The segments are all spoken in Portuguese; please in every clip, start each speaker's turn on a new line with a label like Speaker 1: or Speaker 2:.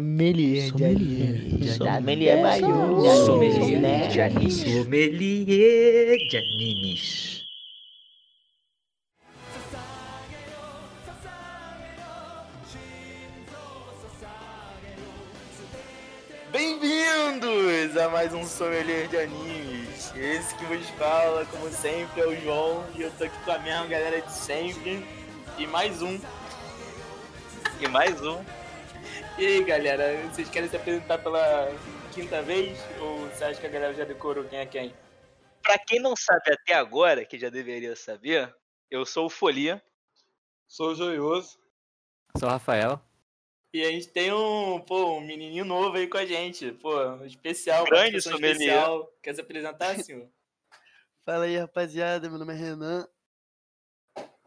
Speaker 1: Sommelier de anime. Sommelier é
Speaker 2: É, um
Speaker 1: maior de anime,
Speaker 3: Sommelier
Speaker 1: né?
Speaker 3: de animes. Sommelier de animes.
Speaker 4: Bem-vindos a mais um Sommelier de Animes. Esse que vos fala, como sempre, é o João. E eu tô aqui com a mesma galera de sempre. E mais um.
Speaker 5: E mais um.
Speaker 4: E aí, galera, vocês querem se apresentar pela quinta vez? Ou você acha que a galera já decorou quem é quem?
Speaker 5: Pra quem não sabe até agora, que já deveria saber, eu sou o Folia.
Speaker 4: Sou o Joioso.
Speaker 2: Sou o Rafael.
Speaker 4: E a gente tem um, pô, um menininho novo aí com a gente. Pô, um especial. uma
Speaker 5: Grande
Speaker 4: participação
Speaker 5: sommelier.
Speaker 4: especial. Quer se apresentar, senhor?
Speaker 1: Fala aí, rapaziada. Meu nome é Renan.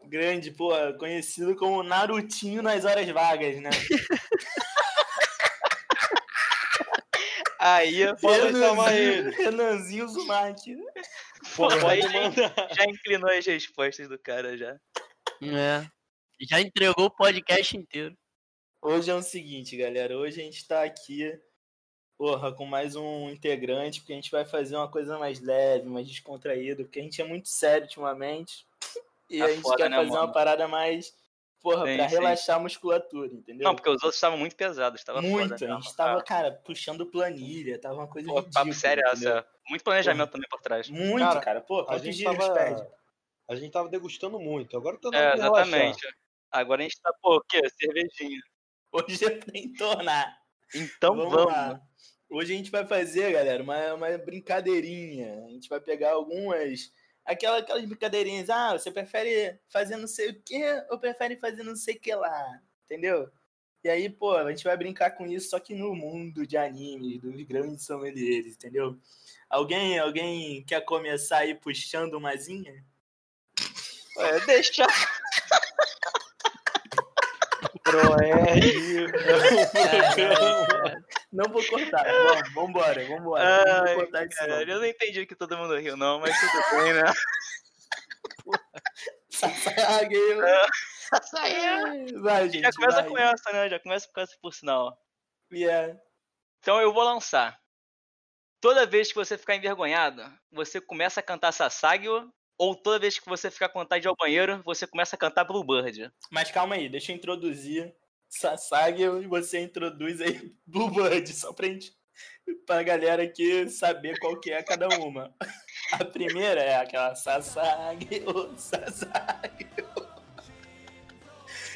Speaker 4: Grande, pô, conhecido como Narutinho nas horas vagas, né?
Speaker 5: Aí, pode chamar ele.
Speaker 4: Renanzinho, Renanzinho Zumaki.
Speaker 5: Pô, aí
Speaker 4: Pode
Speaker 5: já, já inclinou as respostas do cara já.
Speaker 1: É. Já entregou o podcast inteiro.
Speaker 4: Hoje é o seguinte, galera. Hoje a gente tá aqui, porra, com mais um integrante, porque a gente vai fazer uma coisa mais leve, mais descontraída, porque a gente é muito sério ultimamente. E
Speaker 5: Tá
Speaker 4: a gente
Speaker 5: foda,
Speaker 4: quer
Speaker 5: né,
Speaker 4: fazer
Speaker 5: mano?
Speaker 4: uma parada mais, porra,
Speaker 5: Sim,
Speaker 4: pra
Speaker 5: sim.
Speaker 4: relaxar a musculatura, entendeu?
Speaker 5: Não, porque os outros estavam muito pesados, tava
Speaker 4: muito,
Speaker 5: foda.
Speaker 4: a
Speaker 5: mesmo.
Speaker 4: gente tava,
Speaker 5: Ah,
Speaker 4: cara, puxando planilha, tava uma coisa
Speaker 5: pô,
Speaker 4: ridícula.
Speaker 5: papo sério,
Speaker 4: entendeu?
Speaker 5: essa. Muito planejamento também por trás.
Speaker 4: Muito, cara,
Speaker 6: Cara,
Speaker 4: pô,
Speaker 6: A
Speaker 4: quantos
Speaker 6: gente,
Speaker 4: dias a gente perde?
Speaker 6: tava, a gente tava degustando muito, agora tá
Speaker 5: É,
Speaker 6: de relaxar.
Speaker 5: exatamente. Agora a gente tá, pô, o quê? Cervejinha.
Speaker 4: Hoje é pra entornar.
Speaker 5: Então vamos.
Speaker 4: lá. Hoje a gente vai fazer, galera, uma, uma brincadeirinha. A gente vai pegar algumas. Aquela, aquelas brincadeirinhas. Ah, você prefere fazer não sei o quê ou prefere fazer não sei o que lá? Entendeu? E aí, pô, a gente vai brincar com isso, só que no mundo de animes, dos grandes sommeliers, entendeu? Alguém, alguém quer começar aí puxando umazinha?
Speaker 5: É, deixa.
Speaker 4: Não vou cortar. Vamos, vambora, vambora. não
Speaker 5: Ai,
Speaker 4: vou cortar isso não.
Speaker 5: Caralho, eu não entendi que todo mundo riu, não, mas tudo bem, né?
Speaker 4: Saga, eu- é Vai, gente.
Speaker 5: Já começa
Speaker 4: vai. é
Speaker 5: com essa, né? Já começa com essa, por sinal.
Speaker 4: Yeah.
Speaker 5: Então eu vou lançar. Toda vez que você ficar envergonhado, você começa a cantar Sasagio, ou toda vez que você ficar com vontade de ir ao banheiro, você começa a cantar Bluebird.
Speaker 4: Mas calma aí, deixa eu introduzir Sasage e você introduz aí Bluebird, só pra gente pra galera aqui saber qual que é cada uma. A primeira é aquela Sasage, ô Sasage. ô.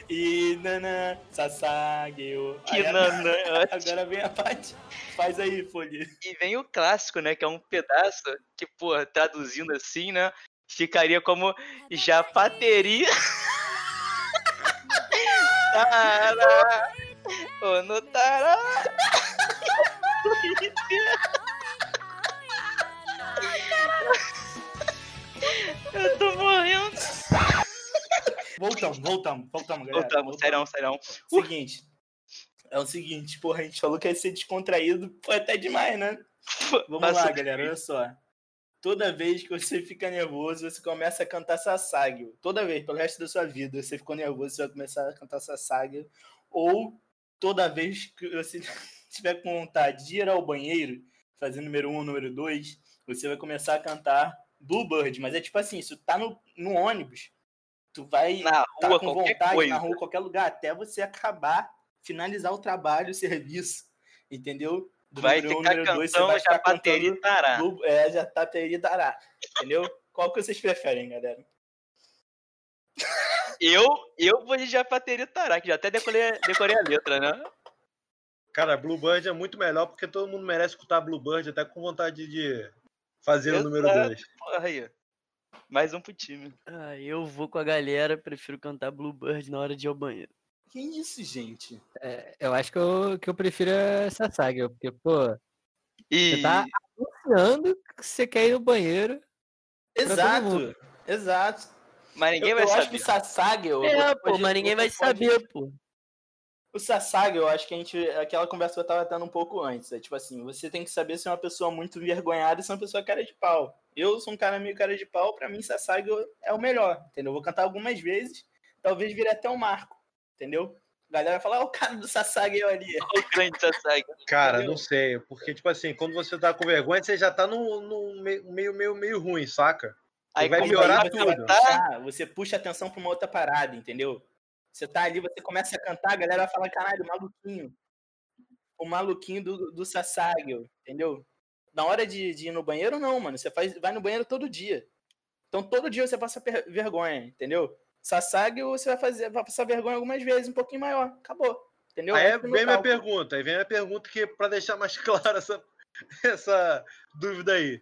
Speaker 4: E nanã, Sasage. ô.
Speaker 5: Que
Speaker 4: Aí é a-
Speaker 5: nanã, ótimo.
Speaker 4: Agora vem a parte. Faz aí, Folha.
Speaker 5: E vem o clássico, né? Que é um pedaço que, pô, traduzindo assim, né? Ficaria como Japateria. Tará! Tá Ô, no tará! Eu tô
Speaker 4: É,
Speaker 5: morrendo.
Speaker 4: Voltamos, voltamos, voltamos, galera.
Speaker 5: Voltamos, serão, serão.
Speaker 4: Seguinte. É o seguinte, porra, a gente falou que ia ser descontraído, foi até demais, né? Vamos lá, galera, olha só. Toda vez que você fica nervoso, você começa a cantar Sasagio. Toda vez, pelo resto da sua vida, você ficou nervoso, você vai começar a cantar Sasagio. Ou toda vez que você tiver com vontade de ir ao banheiro, fazer número um, número dois, você vai começar a cantar Bluebird. Mas é tipo assim, se tu tá no, no ônibus, tu vai
Speaker 5: Na
Speaker 4: tá
Speaker 5: rua,
Speaker 4: com
Speaker 5: qualquer
Speaker 4: vontade
Speaker 5: coisa.
Speaker 4: na rua, qualquer lugar, até você acabar, finalizar o trabalho, o serviço, entendeu? Do
Speaker 5: Vai
Speaker 4: número um,
Speaker 5: ficar
Speaker 4: número dois, você
Speaker 5: cantando tá
Speaker 4: vai ficar
Speaker 5: Japateria
Speaker 4: cantando
Speaker 5: e tará.
Speaker 4: Globo- É, já tá e dará. Entendeu? Qual que vocês preferem, galera?
Speaker 5: Eu, eu vou de Japateria e tará, que já até decorei, decorei a letra, né?
Speaker 6: Cara, Bluebird é muito melhor porque todo mundo merece escutar Bluebird até com vontade de fazer
Speaker 5: Exato.
Speaker 6: o número 2.
Speaker 5: Porra aí. Mais um pro time.
Speaker 1: Ah, eu vou com a galera, prefiro cantar Bluebird na hora de ir ao banheiro.
Speaker 4: Que isso, gente?
Speaker 2: Eu acho que eu, que eu prefiro essa saga, porque, pô,
Speaker 5: E
Speaker 2: você tá anunciando que você quer ir no banheiro.
Speaker 4: Exato.
Speaker 2: mundo.
Speaker 4: Exato.
Speaker 5: Mas ninguém
Speaker 4: eu
Speaker 5: vai
Speaker 4: eu acho que
Speaker 5: saber.
Speaker 4: o Sasage... eu-
Speaker 1: É,
Speaker 4: você
Speaker 1: pô,
Speaker 4: pode-
Speaker 1: mas ninguém
Speaker 4: você
Speaker 1: vai
Speaker 4: pode-
Speaker 1: saber, pô.
Speaker 4: O Sasage, eu acho que a gente... Aquela conversa que eu tava tendo um pouco antes. É tipo assim, você tem que saber se é uma pessoa muito envergonhada e se é uma pessoa cara de pau. Eu sou um cara meio cara de pau, pra mim Sasage é o melhor, entendeu? Eu vou cantar algumas vezes, talvez vire até um marco, entendeu? galera fala, ah, o cara do Sasage eu ali.
Speaker 5: O grande Sasage.
Speaker 6: Cara,
Speaker 4: Entendeu?
Speaker 6: não sei, porque, tipo assim, quando você tá com vergonha, você já tá num, num me- meio, meio, meio ruim, saca?
Speaker 5: Aí
Speaker 6: vai
Speaker 5: quando
Speaker 6: piorar
Speaker 5: vai
Speaker 4: você vai
Speaker 5: cantar,
Speaker 4: puxar, você puxa a atenção pra uma outra parada, entendeu? Você tá ali, você começa a cantar, a galera fala, caralho, o maluquinho. O maluquinho do, do Sasage, entendeu? Na hora de, de ir no banheiro, não, mano. Você faz, vai no banheiro todo dia. Então todo dia você passa per- vergonha, entendeu? Sasage você vai fazer, vai passar vergonha algumas vezes, um pouquinho maior. Acabou. Entendeu? É
Speaker 6: Aí
Speaker 4: Entra no
Speaker 6: vem minha
Speaker 4: palco.
Speaker 6: pergunta, aí vem minha pergunta que para deixar mais clara essa, essa dúvida aí.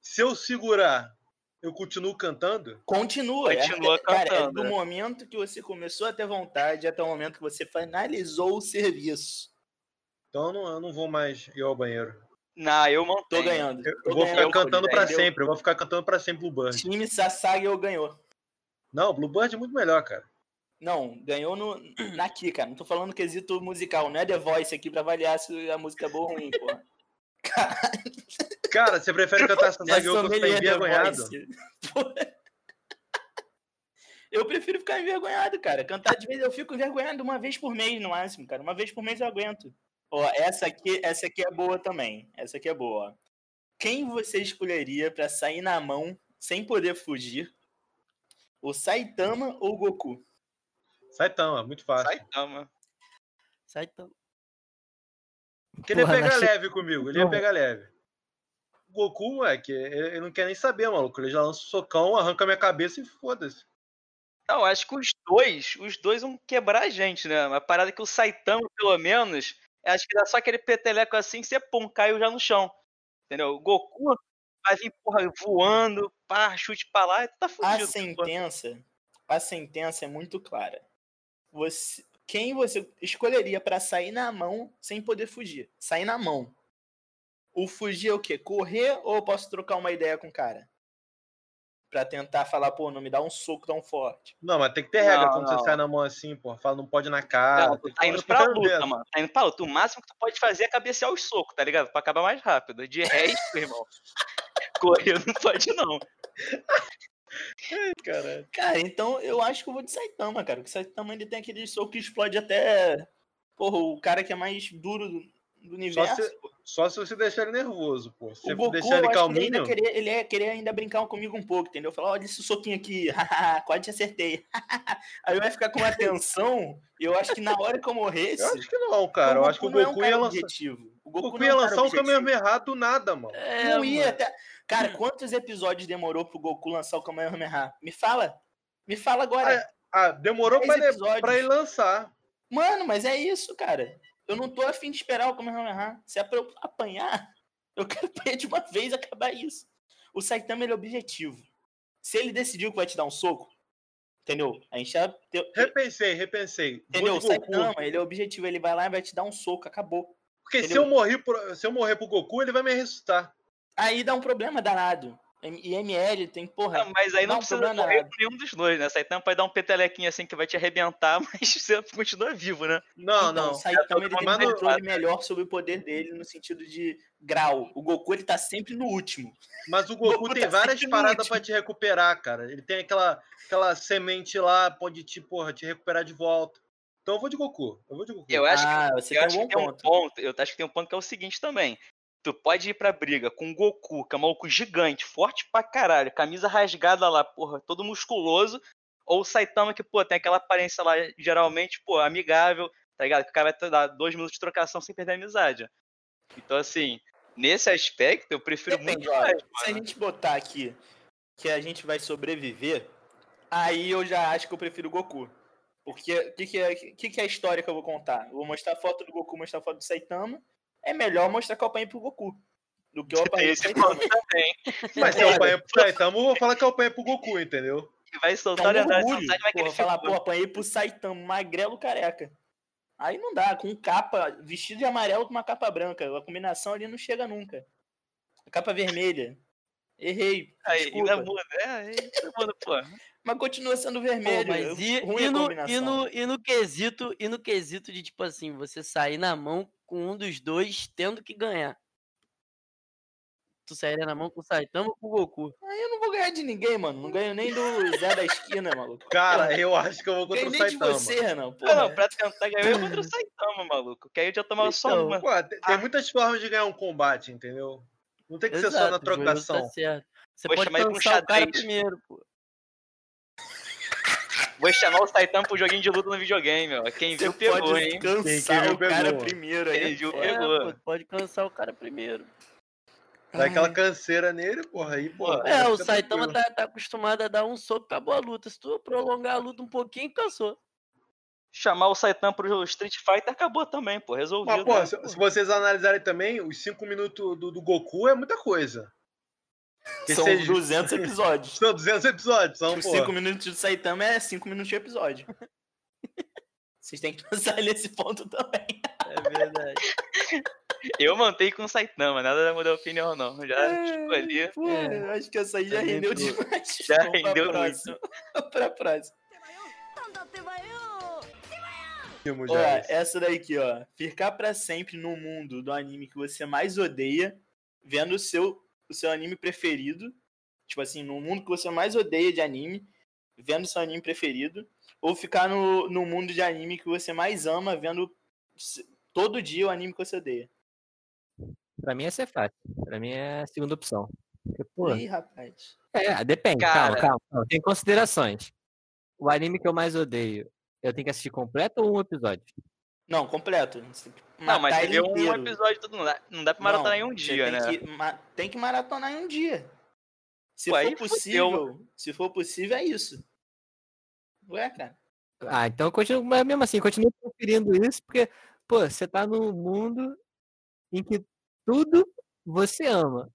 Speaker 6: Se eu segurar, eu continuo cantando?
Speaker 4: Continua. é
Speaker 5: Continua
Speaker 4: até- cara,
Speaker 5: cantando,
Speaker 4: é do
Speaker 5: né?
Speaker 4: momento que você começou a ter vontade até o momento que você finalizou o serviço.
Speaker 6: Então eu não, eu não vou mais ir ao banheiro.
Speaker 5: Não, eu mantenho.
Speaker 4: Tô ganhando.
Speaker 6: Eu,
Speaker 4: tô
Speaker 6: eu vou
Speaker 4: ganhando,
Speaker 6: ficar cantando pra
Speaker 4: entendeu?
Speaker 6: sempre, eu vou ficar cantando pra sempre Bluebird.
Speaker 4: Time Sasage eu ganhou.
Speaker 6: Não, Bluebird é muito melhor, cara.
Speaker 4: Não, ganhou no, naqui, cara. Não tô falando quesito musical, não é The Voice aqui pra avaliar se a música é boa ou ruim, porra.
Speaker 6: Cara, você prefere cantar essa
Speaker 4: Não é
Speaker 6: zagueira quando você tá
Speaker 4: sommelier The
Speaker 6: envergonhado?
Speaker 4: Voice. Porra. Eu prefiro ficar envergonhado, cara. Cantar de vez eu fico envergonhado uma vez por mês no máximo, cara. Uma vez por mês eu aguento. Ó, essa aqui, essa aqui é boa também. Essa aqui é boa. ó. Quem você escolheria pra sair na mão sem poder fugir? O Saitama ou o Goku?
Speaker 6: Saitama, é muito fácil.
Speaker 5: Sai, tá, mano.
Speaker 1: Sai então.
Speaker 6: Porque ele ia
Speaker 2: Porra,
Speaker 6: pegar
Speaker 2: mas-
Speaker 6: leve comigo, ele ia
Speaker 2: Não.
Speaker 6: pegar leve. O Goku, moleque, ele ele não quer nem saber, maluco. Ele já lança o socão, arranca minha cabeça e foda-se.
Speaker 5: Não, acho que os dois, os dois vão quebrar a gente, né? A parada que o Saitama, pelo menos, acho que dá só aquele peteleco assim que você pum, caiu já no chão. Entendeu? O Goku vai vir, porra, voando, pá, chute pra lá, e tu tá
Speaker 4: a
Speaker 5: fudido. pô.
Speaker 4: sentença, a sentença é muito clara. Você, quem você escolheria pra sair na mão sem poder fugir? Sair na mão. O fugir é o quê? Correr ou eu posso trocar uma ideia com o cara? Pra tentar falar, pô, não me dá um soco tão forte.
Speaker 6: Não, mas tem que ter regra
Speaker 5: Não,
Speaker 6: quando
Speaker 5: não.
Speaker 6: você sai na mão assim, porra. Fala, não pode ir na cara.
Speaker 5: Não,
Speaker 6: Ah, tem que
Speaker 5: tu tá
Speaker 6: falar
Speaker 5: indo
Speaker 6: as
Speaker 5: pra
Speaker 6: coisas
Speaker 5: luta,
Speaker 6: dessas.
Speaker 5: mano. Tá indo pra luta. O máximo que tu pode fazer é cabecear os socos, tá ligado? Pra acabar mais rápido. De resto, irmão. Correr não pode, não.
Speaker 6: Caralho.
Speaker 4: Cara, então eu acho que eu vou de Saitama, cara. Porque Saitama ele tem aquele soco que explode até. Porra, o cara que é mais duro do, do universo.
Speaker 6: se- Só se você deixar ele nervoso, pô. Se
Speaker 4: O
Speaker 6: você
Speaker 4: Goku,
Speaker 6: deixar ele
Speaker 4: eu acho que ele,
Speaker 6: calminho,
Speaker 4: ainda queria, ele ia querer ainda brincar comigo um pouco, entendeu? Falar, olha esse soquinho aqui, quase te acertei. Aí vai ficar com uma tensão, e eu acho que na hora que eu morresse...
Speaker 6: eu acho que não, cara. Eu acho que o
Speaker 4: não é um
Speaker 6: Goku
Speaker 4: cara
Speaker 6: ia lançar.
Speaker 4: objetivo. O
Speaker 6: O
Speaker 4: Goku,
Speaker 6: Goku
Speaker 4: não
Speaker 6: ia
Speaker 4: é um cara
Speaker 6: lançar o
Speaker 4: objetivo.
Speaker 6: Kamehameha né? Hum. do nada, mano.
Speaker 7: É,
Speaker 4: Não ia até... Cara, quantos episódios demorou pro Goku lançar o Kamehameha? Me fala. Me fala agora.
Speaker 6: Ah, demorou
Speaker 4: Dez
Speaker 6: pra ele,
Speaker 4: episódios.
Speaker 6: pra ele lançar.
Speaker 4: Mano, mas é isso, cara. Eu não tô afim de esperar o Kamehameha. Se é pra eu apanhar, eu quero apanhar de uma vez e acabar isso. O Saitama ele é objetivo. Se ele decidiu que vai te dar um soco, entendeu? A gente já. Te...
Speaker 6: Repensei, repensei. Vou de
Speaker 4: Entendeu? O
Speaker 6: É, Goku.
Speaker 4: Saitama, ele é objetivo, ele vai lá e vai te dar um soco, acabou.
Speaker 6: Porque se
Speaker 4: entendeu?
Speaker 6: eu, morrer pro, se eu morrer pro Goku, ele vai me ressuscitar.
Speaker 4: Aí dá um problema danado. M- IML tem, porra.
Speaker 5: Não, mas aí não,
Speaker 4: Não,
Speaker 5: precisa
Speaker 4: problema
Speaker 5: morrer
Speaker 4: nada.
Speaker 5: com nenhum dos dois, né? Saitama pode dar um petelequinho assim que vai te arrebentar, mas você continua vivo, né?
Speaker 6: Não,
Speaker 4: Então, O
Speaker 6: não.
Speaker 5: É,
Speaker 4: Saitama ele tem um
Speaker 6: Mas não-
Speaker 4: controle melhor sobre o poder dele no sentido de grau. O Goku ele tá sempre no último.
Speaker 6: Mas o Goku,
Speaker 4: Goku
Speaker 6: tem
Speaker 4: tá
Speaker 6: várias
Speaker 4: sempre no
Speaker 6: paradas
Speaker 4: último.
Speaker 6: pra te recuperar, cara. Ele tem aquela, aquela semente lá, pode te, porra, te recuperar de volta. Então eu vou de Goku. Eu vou de Goku.
Speaker 5: Eu acho que
Speaker 4: ah, você
Speaker 5: eu
Speaker 4: tem
Speaker 5: acho
Speaker 4: um
Speaker 5: que tem
Speaker 4: bom
Speaker 5: um
Speaker 4: ponto.
Speaker 5: ponto. Eu acho que tem um ponto que é o seguinte também. Tu pode ir pra briga com o Goku, que é um maluco gigante, forte pra caralho, camisa rasgada lá, porra, todo musculoso. Ou o Saitama, que, pô, tem aquela aparência lá, geralmente, pô, amigável, tá ligado? Que o cara vai te dar dois minutos de trocação sem perder a amizade. Então, assim, nesse aspecto, eu prefiro
Speaker 4: Depende,
Speaker 5: muito
Speaker 4: olha,
Speaker 5: mais.
Speaker 4: se a gente botar aqui que a gente vai sobreviver, aí eu já acho que eu prefiro o Goku. Porque o que, que, é, que, que é a história que eu vou contar? Eu vou mostrar a foto do Goku, mostrar a foto do Saitama. É melhor mostrar que eu apanhei pro Goku do que eu
Speaker 5: Tem
Speaker 4: apanhei pro
Speaker 5: esse
Speaker 4: Saitama.
Speaker 5: ponto também.
Speaker 4: é
Speaker 6: Mas se eu apanhar pro Saitama, eu vou falar que eu apanhei pro Goku, entendeu?
Speaker 5: Que vai
Speaker 4: Dá um
Speaker 5: soltar é o Leandro
Speaker 4: orgulho,
Speaker 5: vai
Speaker 4: porra,
Speaker 5: querer
Speaker 4: falar, pô, apanhei pro Saitama, magrelo careca. Aí não dá, com capa, vestido de amarelo com uma capa branca. A combinação ali não chega nunca. A capa vermelha. Errei.
Speaker 5: Aí,
Speaker 4: desculpa.
Speaker 5: ainda muda, é, aí, ainda muda, pô.
Speaker 4: Mas continua sendo
Speaker 1: Pô,
Speaker 4: vermelho.
Speaker 1: mas e,
Speaker 4: ruim
Speaker 1: e
Speaker 4: a
Speaker 1: no, e,
Speaker 4: combinação.
Speaker 1: no, e no quesito, e no quesito de tipo assim, você sair na mão com um dos dois tendo que ganhar.
Speaker 7: Tu sairia na mão com o Saitama ou com o Goku?
Speaker 4: Aí eu não vou ganhar de ninguém, mano. Não ganho nem do Zé da esquina, maluco.
Speaker 6: Cara, eu acho que eu vou contra
Speaker 4: Ganhei
Speaker 6: o
Speaker 4: nem de
Speaker 6: Saitama.
Speaker 4: você, Renan. Pô,
Speaker 5: Ah, não, pra tentar ganhar eu contra o Saitama, maluco. Que aí eu já tomava só
Speaker 7: Então.
Speaker 5: uma.
Speaker 6: Pô, tem, tem muitas formas de ganhar um combate, entendeu? Não tem que ser só na
Speaker 7: Exato, Júlio,
Speaker 6: trocação.
Speaker 7: Tá certo. Você
Speaker 5: Vou
Speaker 7: pode
Speaker 5: chamar ele pra um
Speaker 7: cansar o cara
Speaker 5: xadrez.
Speaker 7: primeiro, pô.
Speaker 5: Vou chamar o Saitama pro joguinho de luta no videogame, ó. Quem
Speaker 4: você
Speaker 5: viu pegou,
Speaker 4: pode
Speaker 5: hein?
Speaker 4: cansar
Speaker 6: Quem
Speaker 4: o cara
Speaker 6: pegou?
Speaker 4: primeiro
Speaker 5: Quem
Speaker 4: aí.
Speaker 5: viu
Speaker 4: pô.
Speaker 7: É,
Speaker 5: pegou.
Speaker 7: pô, pode cansar o cara primeiro.
Speaker 6: Dá aquela canseira nele, porra. Aí, porra.
Speaker 7: É, o
Speaker 6: fica
Speaker 7: Saitama
Speaker 6: tranquilo.
Speaker 7: tá, tá acostumado a dar um soco, acabou a luta. Se tu prolongar a luta um pouquinho, cansou.
Speaker 5: Chamar o Saitama pro Street Fighter acabou também, pô. né? Resolvido.
Speaker 6: Mas,
Speaker 4: né?
Speaker 6: porra, se, se vocês analisarem também, os 5 minutos do, do Goku é muita coisa. Porque
Speaker 4: São
Speaker 6: vocês-
Speaker 4: 200 episódios.
Speaker 6: São 200 episódios, são,
Speaker 4: Os
Speaker 6: pô.
Speaker 4: 5 minutos do Saitama é 5 minutos de episódio. Vocês têm que pensar nesse ponto também.
Speaker 7: É verdade.
Speaker 5: Eu mantei com o Saitama, nada vai mudar a opinião, não. Já tipo, escolhi.
Speaker 4: Pô, eu É, acho que essa aí já
Speaker 7: Tá
Speaker 4: rendeu
Speaker 7: dentro.
Speaker 4: demais.
Speaker 5: Já
Speaker 4: Vamos pra
Speaker 5: rendeu
Speaker 4: próxima. pra próxima.
Speaker 8: なんだってばよ
Speaker 6: Timo,
Speaker 4: Ó,
Speaker 6: já.
Speaker 4: essa daqui, ó. Ficar pra sempre no mundo do anime que você mais odeia, vendo o seu, o seu anime preferido. Tipo assim, no mundo que você mais odeia de anime, vendo seu anime preferido. Ou ficar no, no mundo de anime que você mais ama, vendo se- todo dia o anime que você odeia.
Speaker 2: Pra mim essa é fácil. Pra mim é a segunda opção. Porque, pô,
Speaker 4: Ih, rapaz.
Speaker 2: é, depende.
Speaker 5: Cara.
Speaker 2: Calma, calma, calma. Tem considerações. O anime que eu mais odeio, eu tenho que assistir completo ou um episódio?
Speaker 4: Não, completo. Você tem que
Speaker 5: Não, mas
Speaker 4: matar
Speaker 5: você
Speaker 4: ele
Speaker 5: vê um
Speaker 4: inteiro.
Speaker 5: episódio todo. Não dá, não dá pra maratonar em um
Speaker 4: Não, você
Speaker 5: dia,
Speaker 4: tem
Speaker 5: né?
Speaker 4: que ma- tem que maratonar em um dia. Se
Speaker 5: Ué, aí
Speaker 4: for
Speaker 5: fudeu.
Speaker 4: possível, se for possível, é isso. Ué, cara.
Speaker 2: Ah, então continua, mas mesmo assim, continua preferindo isso, porque, pô, você tá num mundo em que tudo você ama.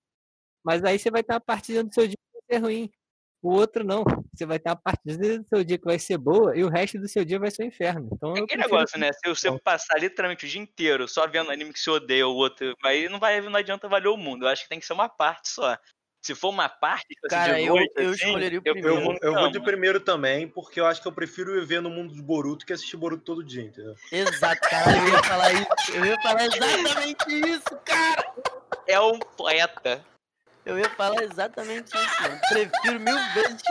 Speaker 2: Mas aí você vai ter uma partida do seu dia que vai ser ruim. O outro não. Você vai ter uma partida do seu dia que vai ser boa e o resto do seu dia vai ser um inferno. Então,
Speaker 5: É
Speaker 2: eu
Speaker 5: aquele
Speaker 2: prefiro
Speaker 5: negócio, né? Se você passar literalmente o dia inteiro só vendo anime que se odeia o outro, aí não vai, não adianta valer o mundo. Eu acho que tem que ser uma parte só. Se for uma parte, tipo assim,
Speaker 7: Cara,
Speaker 5: de
Speaker 7: eu-
Speaker 5: noite,
Speaker 7: eu
Speaker 5: assim,
Speaker 7: escolheria o
Speaker 5: eu-
Speaker 7: primeiro.
Speaker 6: Eu, vou-
Speaker 5: não
Speaker 6: eu vou de
Speaker 5: amo.
Speaker 6: primeiro também, porque eu acho que eu prefiro viver no mundo do Boruto que assistir Boruto todo dia, entendeu?
Speaker 7: Exato, caralho, eu ia falar isso. Eu ia falar exatamente isso, cara.
Speaker 5: É um poeta.
Speaker 7: Eu ia falar exatamente isso, mano. Prefiro mil vezes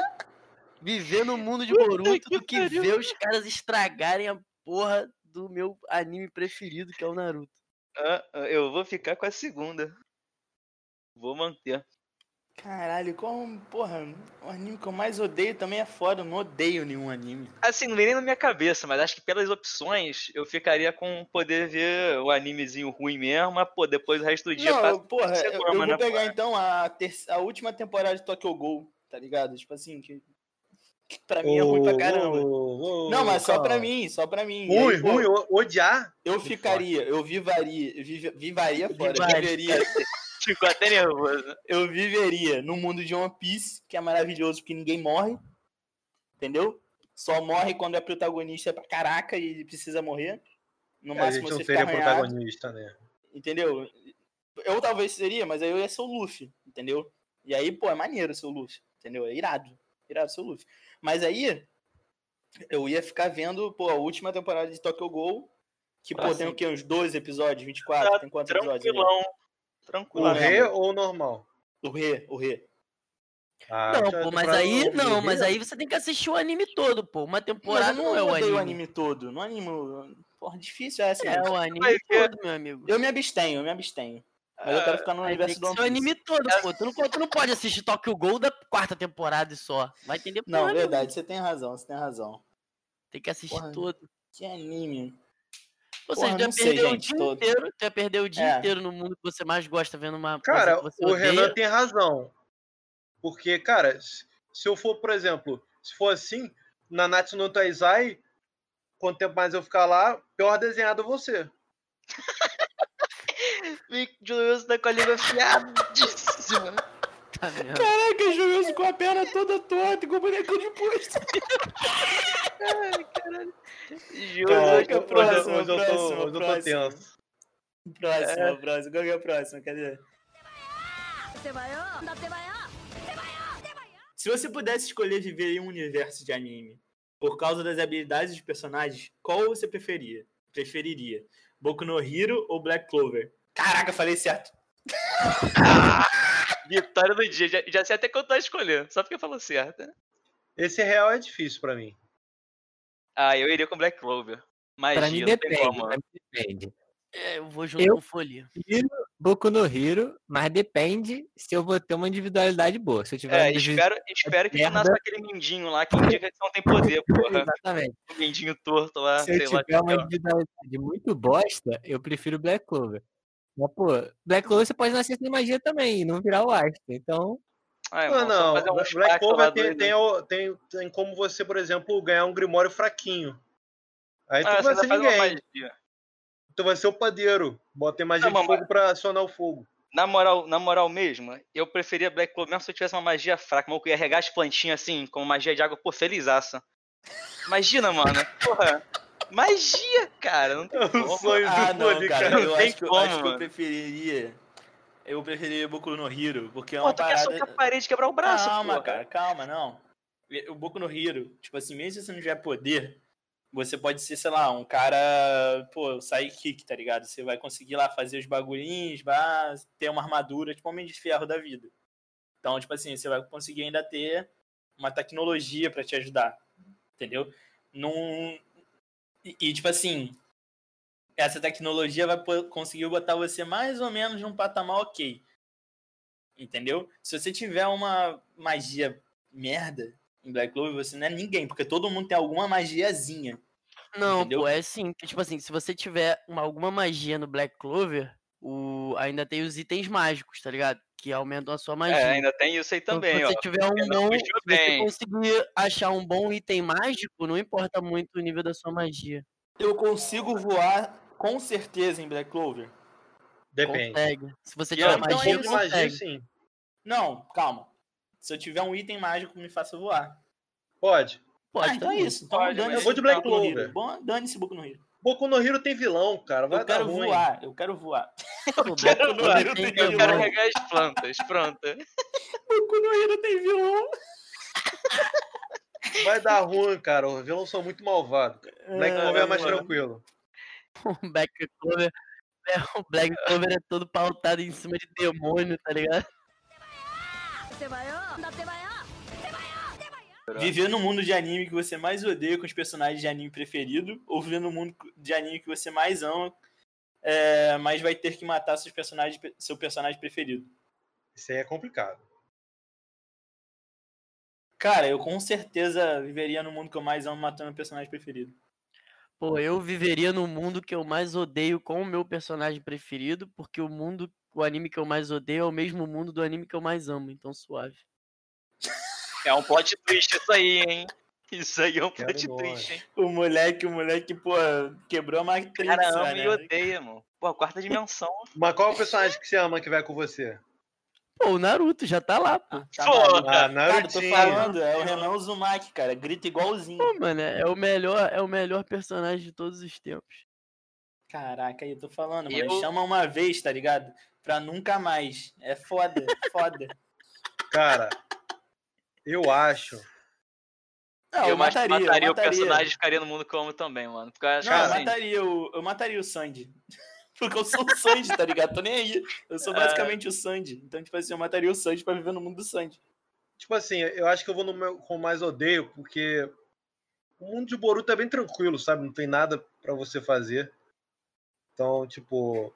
Speaker 7: viver no mundo de Boruto do que ver os caras estragarem a porra do meu anime preferido, que é o Naruto.
Speaker 5: Ah, ah, Eu vou ficar com a segunda. Vou manter.
Speaker 4: Caralho, qual. Porra, o anime que eu mais odeio também é foda. Eu não odeio nenhum anime.
Speaker 5: Assim, não vem nem na minha cabeça, mas acho que pelas opções eu ficaria com poder ver o animezinho ruim mesmo, mas pô, depois o resto do dia
Speaker 4: não,
Speaker 5: passa.
Speaker 4: eu- porra,
Speaker 5: você
Speaker 4: eu, eu
Speaker 5: ama, né,
Speaker 4: vou pegar
Speaker 5: porra?
Speaker 4: então a, terce- a última temporada de Tokyo Ghoul, tá ligado? Tipo assim, que, que pra mim é ruim pra caramba. não, mas só pra mim, só pra mim. E
Speaker 6: Ruim,
Speaker 4: aí, pô,
Speaker 6: ruim, o- odiar.
Speaker 4: Eu ficaria, eu vivaria, vive- vivaria fora,
Speaker 7: Vivaria.
Speaker 4: viveria.
Speaker 5: Ficou até nervoso.
Speaker 4: eu viveria no mundo de One Piece, que é maravilhoso porque ninguém morre. Entendeu? Só morre quando é protagonista pra caraca e precisa morrer. No
Speaker 6: É, A
Speaker 4: máximo
Speaker 6: gente não
Speaker 4: você fica
Speaker 6: seria
Speaker 4: arranhado,
Speaker 6: protagonista, né?
Speaker 4: entendeu? Eu talvez seria, mas aí eu ia ser o Luffy, entendeu? E aí, pô, é maneiro ser o Luffy, entendeu? É irado. Irado ser o Luffy. Mas aí, eu ia ficar vendo, pô, a última temporada de Tokyo Ghoul, que, pô,
Speaker 5: Ah,
Speaker 4: tem
Speaker 5: sim.
Speaker 4: o quê? Uns 12 episódios, 24?
Speaker 5: Tá
Speaker 4: tem quantos episódios? ali?
Speaker 5: Tranquilão. Tranquilo.
Speaker 6: Morrer ou normal?
Speaker 4: O Rê, o Rê.
Speaker 6: Ah,
Speaker 7: Não,
Speaker 6: já-
Speaker 7: pô, mas
Speaker 6: pra-
Speaker 7: aí não,
Speaker 6: morrer,
Speaker 7: mas aí você tem que assistir o anime todo, pô. Uma
Speaker 4: Mas
Speaker 7: temporada
Speaker 4: eu
Speaker 7: não,
Speaker 4: não
Speaker 7: é o
Speaker 4: odeio
Speaker 7: anime.
Speaker 4: o anime todo. Não animo. Porra, difícil essa.
Speaker 7: É
Speaker 4: gente.
Speaker 7: o anime
Speaker 5: Vai ver.
Speaker 7: todo, meu amigo.
Speaker 4: Eu me abstenho, eu me abstenho. Mas eu quero ficar no
Speaker 7: Aí tem Ah, é
Speaker 4: universo
Speaker 7: que
Speaker 4: do One
Speaker 7: ser o
Speaker 4: Piece.
Speaker 7: anime todo, pô. Tu não, tu não pode assistir Tokyo Ghoul da quarta temporada e só. Vai entender porra
Speaker 4: Não,
Speaker 7: nenhuma.
Speaker 4: verdade, você tem razão, você tem razão.
Speaker 7: Tem que assistir
Speaker 4: Porra.
Speaker 7: todo.
Speaker 4: Que anime.
Speaker 7: Ou seja,
Speaker 4: Porra,
Speaker 7: tu ia
Speaker 4: não sei,
Speaker 7: perder
Speaker 4: gente,
Speaker 7: o dia
Speaker 4: todo.
Speaker 7: inteiro, tu ia perder o dia
Speaker 4: É.
Speaker 7: inteiro no mundo que você mais gosta, vendo uma coisa
Speaker 6: Cara,
Speaker 7: que você
Speaker 6: o
Speaker 7: odeia.
Speaker 6: Renan tem razão. Porque, cara, se se eu for, por exemplo, se for assim, na Natsu no Taizai, quanto tempo mais eu ficar lá, pior desenhado eu vou ser.
Speaker 5: Julius tá com a língua fiadíssima.
Speaker 7: Tá mesmo.
Speaker 4: Caraca, Julius com a perna toda torta, com o boneco de posto.
Speaker 5: Julius,
Speaker 6: Então,
Speaker 4: Caraca,
Speaker 6: hoje, eu-
Speaker 4: próximo,
Speaker 6: hoje eu tô,
Speaker 4: próximo,
Speaker 6: hoje eu tô
Speaker 4: próximo.
Speaker 6: tenso.
Speaker 4: Próximo, próximo. Qual que é o próximo? Cadê?
Speaker 8: 手羽よだってばよ
Speaker 4: Se você pudesse escolher viver em um universo de anime por causa das habilidades dos personagens, qual você preferia? Preferiria? Boku no Hero ou Black Clover? Caraca, falei certo.
Speaker 5: Vitória do dia. Já, já sei até quanto tá escolhendo, só porque falou certo. né?
Speaker 6: Esse real é difícil pra mim.
Speaker 5: Ah, eu iria com Black Clover. Magia,
Speaker 2: Pra mim
Speaker 5: não tem
Speaker 2: depende,
Speaker 5: como.
Speaker 2: pra mim depende.
Speaker 7: É, eu vou junto
Speaker 2: Eu?
Speaker 7: com Folia.
Speaker 2: Boku no Hero, mas depende se eu vou ter uma individualidade boa. Se eu tiver uma
Speaker 5: É,
Speaker 2: individu-
Speaker 5: espero, espero que não
Speaker 2: merda.
Speaker 5: nasça aquele mindinho lá que indica que não tem poder, porra.
Speaker 2: Exatamente.
Speaker 5: O mindinho torto lá,
Speaker 2: se
Speaker 5: tá, sei
Speaker 2: eu
Speaker 5: lá.
Speaker 2: tiver uma individualidade muito bosta, eu prefiro Black Clover. Mas, pô, Black Clover você pode nascer sem magia também e não virar o Astro. Então,
Speaker 5: Ah, irmão,
Speaker 6: Não,
Speaker 5: só
Speaker 6: não.
Speaker 5: fazer
Speaker 7: um
Speaker 5: uns
Speaker 6: Black
Speaker 5: pactos lá
Speaker 6: Clover tem,
Speaker 7: né?
Speaker 5: doido.
Speaker 6: tem, o- tem, tem como você, por exemplo, ganhar um Grimório fraquinho. Aí tu
Speaker 5: Ah,
Speaker 6: não vai
Speaker 5: você
Speaker 6: ser
Speaker 5: faz uma
Speaker 6: ninguém.
Speaker 5: magia. Ah,
Speaker 6: Tu vai ser o padeiro. Bota em magia
Speaker 5: Não,
Speaker 6: de
Speaker 5: mas-
Speaker 6: fogo pra acionar o fogo.
Speaker 5: Na moral, na moral mesmo, eu preferia Black Clover mesmo se eu tivesse uma magia fraca, mas eu ia regar as plantinhas assim, com magia de água, pô, felizaça. Imagina, mano. Porra. Magia, cara. Não tem
Speaker 6: É o
Speaker 5: como.
Speaker 6: sonho
Speaker 4: Ah,
Speaker 6: do
Speaker 4: não,
Speaker 6: Fone,
Speaker 4: cara.
Speaker 6: cara.
Speaker 5: Não
Speaker 4: Eu
Speaker 5: tem
Speaker 4: acho que, eu
Speaker 5: como,
Speaker 4: acho que eu
Speaker 5: mano.
Speaker 4: preferiria. Eu preferiria Boku no Hiro, porque é
Speaker 5: Pô,
Speaker 4: uma
Speaker 5: tu quer
Speaker 4: parada.
Speaker 5: socar a parede e quebrar o braço,
Speaker 4: calma,
Speaker 5: porra.
Speaker 4: cara, calma, não. O Boku no Hiro, tipo assim, mesmo se você não tiver poder, você pode ser, sei lá, um cara, pô, sidekick, tá ligado? Você vai conseguir lá fazer os bagulhinhos, vai ter uma armadura, tipo homem de ferro da vida. Então, tipo assim, você vai conseguir ainda ter uma tecnologia pra te ajudar, entendeu? Num... E, e, tipo assim, essa tecnologia vai po- conseguir botar você mais ou menos num patamar ok. Entendeu? Se você tiver uma magia merda em Black Clover, você não é ninguém, porque todo mundo tem alguma magiazinha.
Speaker 7: Não,
Speaker 4: Entendeu?
Speaker 7: pô, é sim. Tipo assim, se você tiver uma- alguma magia no Black Clover, o... ainda tem os itens mágicos, tá ligado? Que aumentam a sua magia.
Speaker 5: É, ainda tem isso aí
Speaker 7: Então,
Speaker 5: também,
Speaker 7: se
Speaker 5: ó.
Speaker 7: você tiver um
Speaker 5: Ela
Speaker 7: bom,
Speaker 5: fugiu
Speaker 7: se você
Speaker 5: bem.
Speaker 7: conseguir achar um bom item mágico, não importa muito o nível da sua magia.
Speaker 4: Eu consigo voar com certeza em Black Clover.
Speaker 6: Depende.
Speaker 7: Consegue. Se você
Speaker 5: E é
Speaker 7: tiver
Speaker 5: aí,
Speaker 6: Mas
Speaker 4: então
Speaker 7: magia,
Speaker 6: de magia,
Speaker 7: consegue.
Speaker 6: sim.
Speaker 4: Não, calma. Se eu tiver um item mágico, me faça voar.
Speaker 6: Pode.
Speaker 7: Pode,
Speaker 4: ah, então é
Speaker 7: também.
Speaker 4: isso. Então
Speaker 5: Pode,
Speaker 4: dane-se
Speaker 5: mas- Vou
Speaker 6: de Black
Speaker 4: Boku no Hero.
Speaker 6: Clover.
Speaker 4: Bom, Dane-se Boku no Rio.
Speaker 6: Boku no Hero tem vilão, cara. Vai
Speaker 4: Eu
Speaker 6: dar
Speaker 4: quero
Speaker 6: ruim.
Speaker 4: voar, eu quero voar.
Speaker 7: Pô,
Speaker 5: quero
Speaker 7: Black
Speaker 5: voar,
Speaker 7: Clover é
Speaker 4: eu
Speaker 7: tem
Speaker 4: tenho-
Speaker 5: Eu quero
Speaker 7: vilão.
Speaker 5: regar as plantas, pronto.
Speaker 4: Boku no Hero tem vilão.
Speaker 6: Vai dar ruim, cara. Os vilões são muito malvados. Black Clover é mais
Speaker 4: mano.
Speaker 6: tranquilo.
Speaker 7: O Black Clover. é, O Black Clover é todo pautado em cima de demônio, tá ligado?
Speaker 8: なってばよなってばよ
Speaker 4: Viver no mundo de anime que você mais odeia com os personagens de anime preferido, ou viver no mundo de anime que você mais ama, é, mas vai ter que matar seus personagens, seu personagem preferido.
Speaker 6: Isso aí é complicado.
Speaker 4: Cara, eu com certeza viveria no mundo que eu mais amo matando meu personagem preferido.
Speaker 7: Pô, eu viveria no mundo que eu mais odeio com o meu personagem preferido, porque o mundo, o anime que eu mais odeio é o mesmo mundo do anime que eu mais amo, então suave.
Speaker 5: É um plot twist isso aí, hein? Isso aí é um
Speaker 6: Quero
Speaker 5: plot
Speaker 6: nós.
Speaker 5: twist, hein?
Speaker 4: O moleque, o moleque, pô, quebrou a matriz.
Speaker 5: Cara, ama
Speaker 4: né?
Speaker 5: e odeia, mano. Pô, quarta dimensão.
Speaker 6: Mas qual é o personagem que você ama que vai com você?
Speaker 7: Pô, o Naruto já tá lá, pô.
Speaker 4: Tá
Speaker 5: Pô,
Speaker 4: maluco.
Speaker 6: Ah,
Speaker 4: Cara, eu tô
Speaker 6: Narutinho.
Speaker 4: falando, é o Renan Uzumaki, cara. Grita igualzinho.
Speaker 7: Pô, mano, é o melhor, é o melhor personagem de todos os tempos.
Speaker 4: Caraca, aí eu tô falando, mano.
Speaker 5: Eu-
Speaker 4: Chama uma vez, tá ligado? Pra nunca mais. É foda, foda.
Speaker 6: Cara, eu acho.
Speaker 4: Não,
Speaker 5: eu acho que mataria o personagem e ficaria no mundo como também, mano. Porque eu acho
Speaker 4: Não,
Speaker 5: que
Speaker 4: eu
Speaker 5: assim,
Speaker 4: mataria o, eu mataria o Sandy. Porque eu sou o Sandy, tá ligado? Tô nem aí. Eu
Speaker 5: É.
Speaker 4: sou basicamente o Sandy. Então, tipo assim, eu mataria o Sandy pra viver no mundo do Sandy.
Speaker 6: Tipo assim, eu acho que eu vou no meu com mais odeio, porque o mundo de Boruto é bem tranquilo, sabe? Não tem nada pra você fazer. Então, tipo.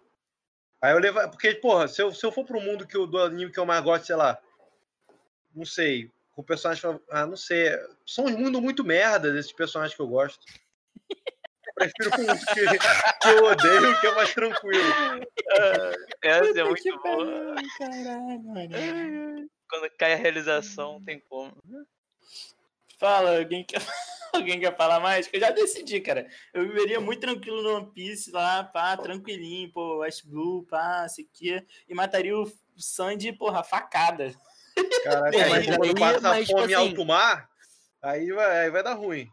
Speaker 6: Aí eu levo. Porque, porra, se eu, se eu for pro mundo que eu, do anime que eu mais gosto, sei lá. Não sei. Com personagens. fa- Ah, não sei. São uns mundos muito merda desses personagens que eu gosto. Eu prefiro um mundo que, que eu odeio, que é mais tranquilo.
Speaker 5: essa é
Speaker 4: Puta que
Speaker 5: muito boa.
Speaker 4: pariu, Caralho, mano.
Speaker 5: Quando cai a realização, não tem como.
Speaker 4: Fala, alguém quer, alguém quer falar mais? Que eu já decidi, cara. Eu viveria muito tranquilo no One Piece lá, pá, tranquilinho, pô, West Blue, pá, sei o quê. E mataria o Sandy, porra, facada.
Speaker 6: Caraca,
Speaker 4: Mas
Speaker 6: mas
Speaker 7: aí-
Speaker 6: quando passa
Speaker 7: mas, tipo
Speaker 6: fome em
Speaker 7: assim-
Speaker 6: alto mar, aí vai, aí vai dar ruim.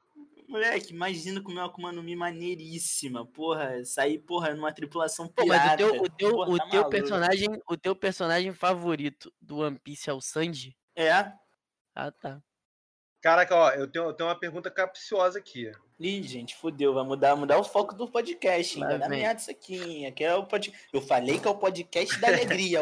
Speaker 4: Moleque, imagina comer uma Akuma no Mi maneiríssima, porra. Sair, porra, numa tripulação
Speaker 7: Pô, mas
Speaker 4: pirata.
Speaker 7: o teu, o teu,
Speaker 4: porra,
Speaker 7: o
Speaker 4: tá
Speaker 7: teu
Speaker 4: maluco.
Speaker 7: personagem, o teu personagem favorito do One Piece é o Sanji?
Speaker 4: É,
Speaker 7: Ah, tá.
Speaker 6: Caraca, ó, eu tenho, eu tenho uma pergunta capciosa aqui.
Speaker 4: Ih, gente, fodeu. Vai mudar, mudar o foco do podcast, hein?
Speaker 7: Lá
Speaker 4: Vai dar
Speaker 7: vem.
Speaker 4: merda isso aqui, hein? Aqui é o pod... Eu falei que é o podcast da alegria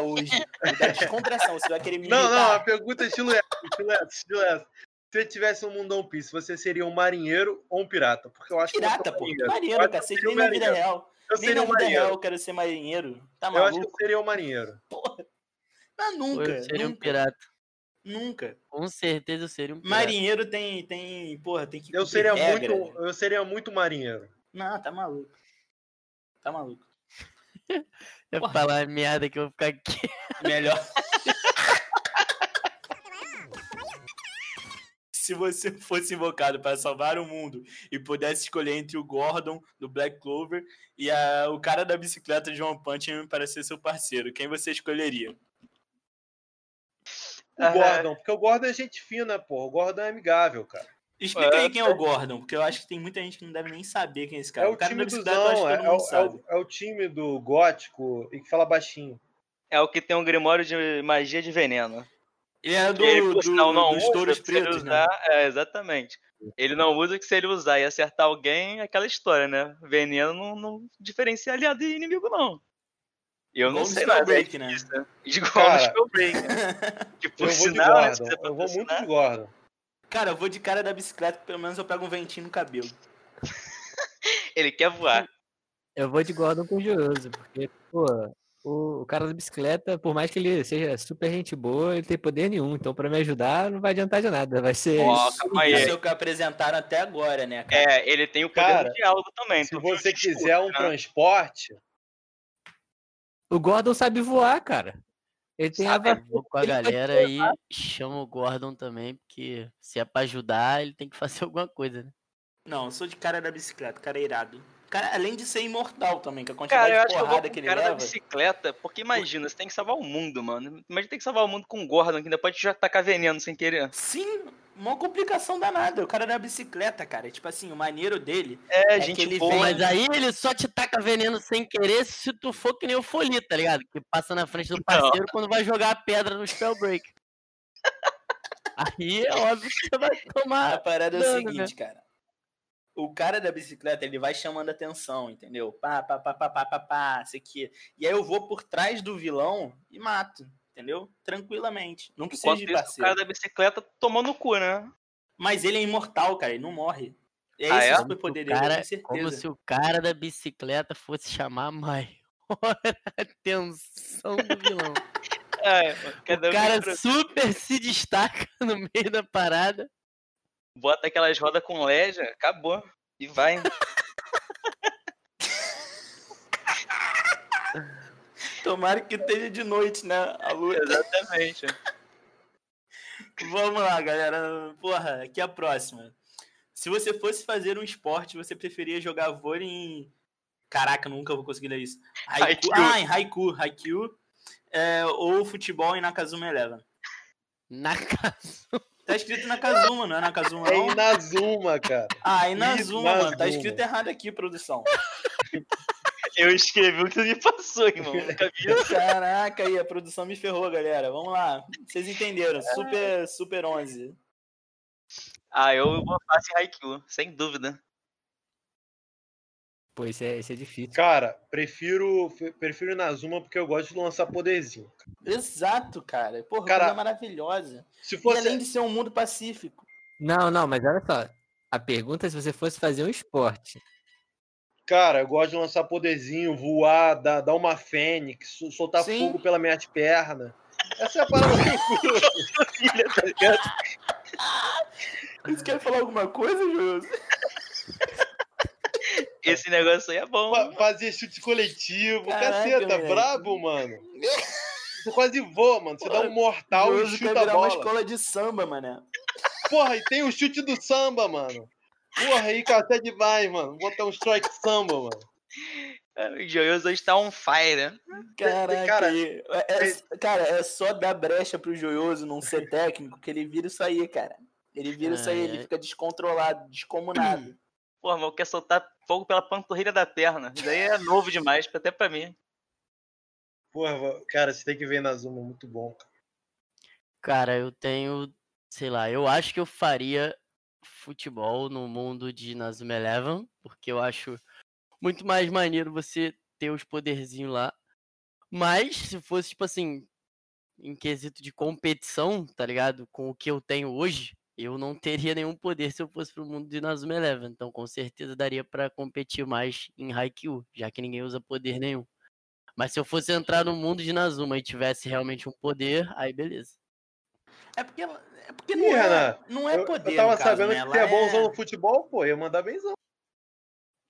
Speaker 4: hoje. Da descontração. Você vai querer me
Speaker 6: Não, não, a
Speaker 4: imitar?
Speaker 6: pergunta é estilo essa, estilo essa, estilo essa. Se você tivesse um mundão piso, você seria um marinheiro ou um pirata? Porque eu acho que
Speaker 4: Pirata,
Speaker 6: eu sou
Speaker 4: pô.
Speaker 6: um
Speaker 4: Que
Speaker 6: marinheiro. Eu
Speaker 4: marinheiro,
Speaker 6: acho que eu
Speaker 4: cacete.
Speaker 6: seria um
Speaker 4: Nem na vida
Speaker 6: marinheiro.
Speaker 4: real.
Speaker 6: Eu
Speaker 4: Nem
Speaker 6: seria
Speaker 4: na
Speaker 6: um
Speaker 4: vida real
Speaker 6: marinheiro.
Speaker 4: eu quero ser marinheiro. Tá
Speaker 6: Eu acho que eu
Speaker 4: maluco?
Speaker 6: seria um marinheiro.
Speaker 4: Mas nunca,
Speaker 7: eu seria um
Speaker 4: nunca,
Speaker 7: pirata.
Speaker 4: nunca.
Speaker 7: Com certeza eu seria um pirata.
Speaker 4: Marinheiro tem, tem, porra, tem que
Speaker 6: Eu
Speaker 4: cumprir
Speaker 6: seria
Speaker 4: regra.
Speaker 6: muito, eu seria muito marinheiro.
Speaker 4: Não, tá maluco. Tá maluco.
Speaker 7: Eu vou falar merda que eu vou ficar aqui.
Speaker 4: Melhor. Se você fosse invocado para salvar o mundo e pudesse escolher entre o Gordon do Black Clover e a- o cara da bicicleta de One Punch Man para ser seu parceiro, quem você escolheria?
Speaker 6: O
Speaker 5: Aham.
Speaker 6: Gordon, porque o Gordon é gente fina, pô. O Gordon é amigável, cara.
Speaker 4: Explica aí quem é o Gordon, porque eu acho que tem muita gente que não deve nem saber quem é esse cara.
Speaker 6: é o
Speaker 4: cara
Speaker 6: time do
Speaker 4: da bicicleta eu acho
Speaker 6: Zão,
Speaker 4: que
Speaker 6: é,
Speaker 4: todo
Speaker 6: é
Speaker 4: mundo
Speaker 6: o- é
Speaker 4: sabe.
Speaker 6: o- é o time do gótico e que fala baixinho.
Speaker 5: É o que tem um grimório de magia de veneno.
Speaker 4: Ele é do,
Speaker 5: Que ele, por
Speaker 4: do,
Speaker 5: sinal, não
Speaker 4: dos
Speaker 5: usa,
Speaker 4: touros
Speaker 5: se ele
Speaker 4: pretos, né?
Speaker 5: usar, é, exatamente. Ele não usa que se ele usar e acertar alguém, é aquela história, né? Veneno não, não diferencia aliado e inimigo, não. Eu não
Speaker 4: Igual no
Speaker 5: sei nada.
Speaker 4: Spellbreak, né?
Speaker 5: Igual
Speaker 6: Cara,
Speaker 5: no Spellbreak. Que por
Speaker 6: Eu vou de
Speaker 5: sinal, né, se
Speaker 6: Gordon.
Speaker 5: você
Speaker 6: Eu vou muito
Speaker 5: patrocinar-
Speaker 6: de Gordon.
Speaker 4: Cara, eu vou de cara da bicicleta, pelo menos eu pego um ventinho no cabelo.
Speaker 5: Ele quer voar.
Speaker 2: Eu vou de Gordon com o Joioso, porque, pô, o, o cara da bicicleta, por mais que ele seja super gente boa, ele tem poder nenhum. Então, pra me ajudar, não vai adiantar de nada. Vai ser.
Speaker 5: Ó, calma aí.
Speaker 4: Isso é o que apresentaram até agora, né, cara?
Speaker 5: É, ele tem o poder
Speaker 6: Cara,
Speaker 5: do diálogo
Speaker 4: Então
Speaker 5: também. então
Speaker 6: Se
Speaker 5: tu viu o
Speaker 6: você
Speaker 5: discurso,
Speaker 6: quiser um
Speaker 5: né?
Speaker 6: transporte,
Speaker 2: O Gordon sabe voar, cara. Ele tem a
Speaker 7: Eu
Speaker 2: va-
Speaker 7: vou com a
Speaker 2: ele vai te
Speaker 7: galera aí, chama o Gordon também, porque se é pra ajudar, ele tem que fazer alguma coisa, né?
Speaker 4: Não, eu sou de cara da bicicleta, cara é irado. Cara, além de ser imortal também, com a quantidade
Speaker 5: Cara,
Speaker 4: de
Speaker 5: eu acho que eu vou
Speaker 4: porrada que
Speaker 5: com o
Speaker 4: ele
Speaker 5: cara da
Speaker 4: leva.
Speaker 5: bicicleta, porque imagina, você tem que salvar o mundo, mano. Imagina tem que salvar o mundo com o Gordon, que ainda pode já tacar veneno sem querer.
Speaker 4: Sim, uma complicação danada. O cara da bicicleta, cara. Tipo assim, o maneiro dele.
Speaker 5: É,
Speaker 4: É que
Speaker 5: gente
Speaker 4: ele
Speaker 5: boa.
Speaker 4: vem-
Speaker 7: Mas aí ele só te taca veneno sem querer se tu for que nem o Folia, tá ligado? Que passa na frente do parceiro quando vai jogar a pedra no Spellbreak. Aí é óbvio que você vai
Speaker 4: A
Speaker 7: tomar.
Speaker 4: parada é o
Speaker 7: dano,
Speaker 4: seguinte, cara. O cara da bicicleta, ele vai chamando atenção, entendeu? Pá, pá, pá, pá, pá, pá, pá, isso aqui. E aí eu vou por trás do vilão e mato, entendeu? Tranquilamente. Não precisa
Speaker 5: Enquanto
Speaker 4: de
Speaker 5: isso, o
Speaker 4: parceiro.
Speaker 5: cara da bicicleta tomou no cu, né?
Speaker 4: Mas ele é imortal, cara, ele não morre. É
Speaker 5: Ah,
Speaker 4: esse
Speaker 5: é?
Speaker 4: o superpoder dele,
Speaker 7: Cara,
Speaker 4: com certeza.
Speaker 7: Como se o cara da bicicleta fosse chamar a maior atenção do vilão.
Speaker 5: É, cada
Speaker 7: O
Speaker 5: um
Speaker 7: cara
Speaker 5: pro-
Speaker 7: super se destaca no meio da parada.
Speaker 5: bota aquelas rodas com leja, acabou. E vai.
Speaker 4: Tomara que esteja de noite, né? A luta.
Speaker 5: Exatamente.
Speaker 4: Vamos lá, galera. Porra, aqui é a próxima. Se você fosse fazer um esporte, você preferia jogar vôlei em. Caraca, nunca vou conseguir ler isso. Haiku.
Speaker 5: Haikyuu.
Speaker 4: Ah, em Haiku. Haiku. É, ou futebol em Nakazuma Eleven.
Speaker 7: Na casa.
Speaker 4: Tá escrito Nakazuma, não é Nakazuma,
Speaker 6: é
Speaker 4: não?
Speaker 6: Inazuma, cara.
Speaker 4: Ah, Inazuma, mano. Tá
Speaker 6: Inazuma.
Speaker 4: escrito errado aqui, produção.
Speaker 5: Eu escrevi o que me passou, irmão. Nunca vi isso.
Speaker 4: Caraca, aí a produção me ferrou, galera. Vamos lá. Vocês
Speaker 6: É.
Speaker 4: entenderam. Super, super 11.
Speaker 5: Ah, eu vou fazer Haikyuu, sem dúvida.
Speaker 2: Pô, isso é, isso é difícil.
Speaker 6: Cara, prefiro, prefiro Inazuma porque eu gosto de lançar poderzinho.
Speaker 4: Exato, cara. Porra,
Speaker 6: Cara,
Speaker 4: coisa maravilhosa.
Speaker 6: Se
Speaker 4: E
Speaker 6: fosse.
Speaker 4: além de ser um mundo pacífico.
Speaker 2: Não, não, mas olha só. A pergunta é se você fosse fazer um esporte.
Speaker 6: Cara, eu gosto de lançar poderzinho, voar, dar, dar uma fênix, sol- soltar
Speaker 4: Sim.
Speaker 6: fogo pela minha perna. Essa é a parada que eu curto.
Speaker 4: Você quer falar alguma coisa, Júlio?
Speaker 5: Esse negócio aí é bom.
Speaker 6: Fa- Fazer chute coletivo.
Speaker 4: Caraca,
Speaker 6: Caceta,
Speaker 4: moleque.
Speaker 6: brabo, mano. Você quase voa, mano. Você dá um mortal e
Speaker 4: Júlio
Speaker 6: chuta
Speaker 4: quer
Speaker 6: a
Speaker 4: virar uma
Speaker 6: bola.
Speaker 4: escola de samba, mané.
Speaker 6: Porra, e tem o chute do samba, mano. Porra, aí, cara, até demais, mano. Botar um strike samba, mano.
Speaker 5: É, O Joioso hoje tá on fire, né?
Speaker 4: Caraca.
Speaker 6: Cara,
Speaker 4: aí. É- é- cara, é só dar brecha pro Joioso não ser técnico que ele vira isso aí, cara. Ele vira isso aí,
Speaker 7: Ai,
Speaker 4: ele
Speaker 7: ai.
Speaker 4: fica descontrolado, descomunado.
Speaker 5: Pô, mas eu quero soltar fogo pela panturrilha da perna. Isso daí é novo demais, até pra mim.
Speaker 6: Porra, cara, você tem que ver na Zuma, muito bom.
Speaker 7: Cara, eu tenho. Sei lá, eu acho que eu faria futebol no mundo de Nazuma Eleven, porque eu acho muito mais maneiro você ter os poderzinhos lá. Mas se fosse, tipo assim, em quesito de competição, tá ligado? Com o que eu tenho hoje, eu não teria nenhum poder se eu fosse pro mundo de Nazuma Eleven. Então, com certeza daria pra competir mais em Haikyuu, já que ninguém usa poder nenhum. Mas se eu fosse entrar no mundo de Nazuma e tivesse realmente um poder, aí beleza.
Speaker 4: É porque, ela- é porque
Speaker 6: Ih,
Speaker 4: não, é,
Speaker 6: Renan,
Speaker 4: não é
Speaker 6: eu,
Speaker 4: poder.
Speaker 6: eu tava
Speaker 4: no caso,
Speaker 6: sabendo
Speaker 4: né?
Speaker 6: que
Speaker 4: Ela
Speaker 6: você é bonzão
Speaker 4: é-
Speaker 6: no futebol, pô, ia mandar benzão.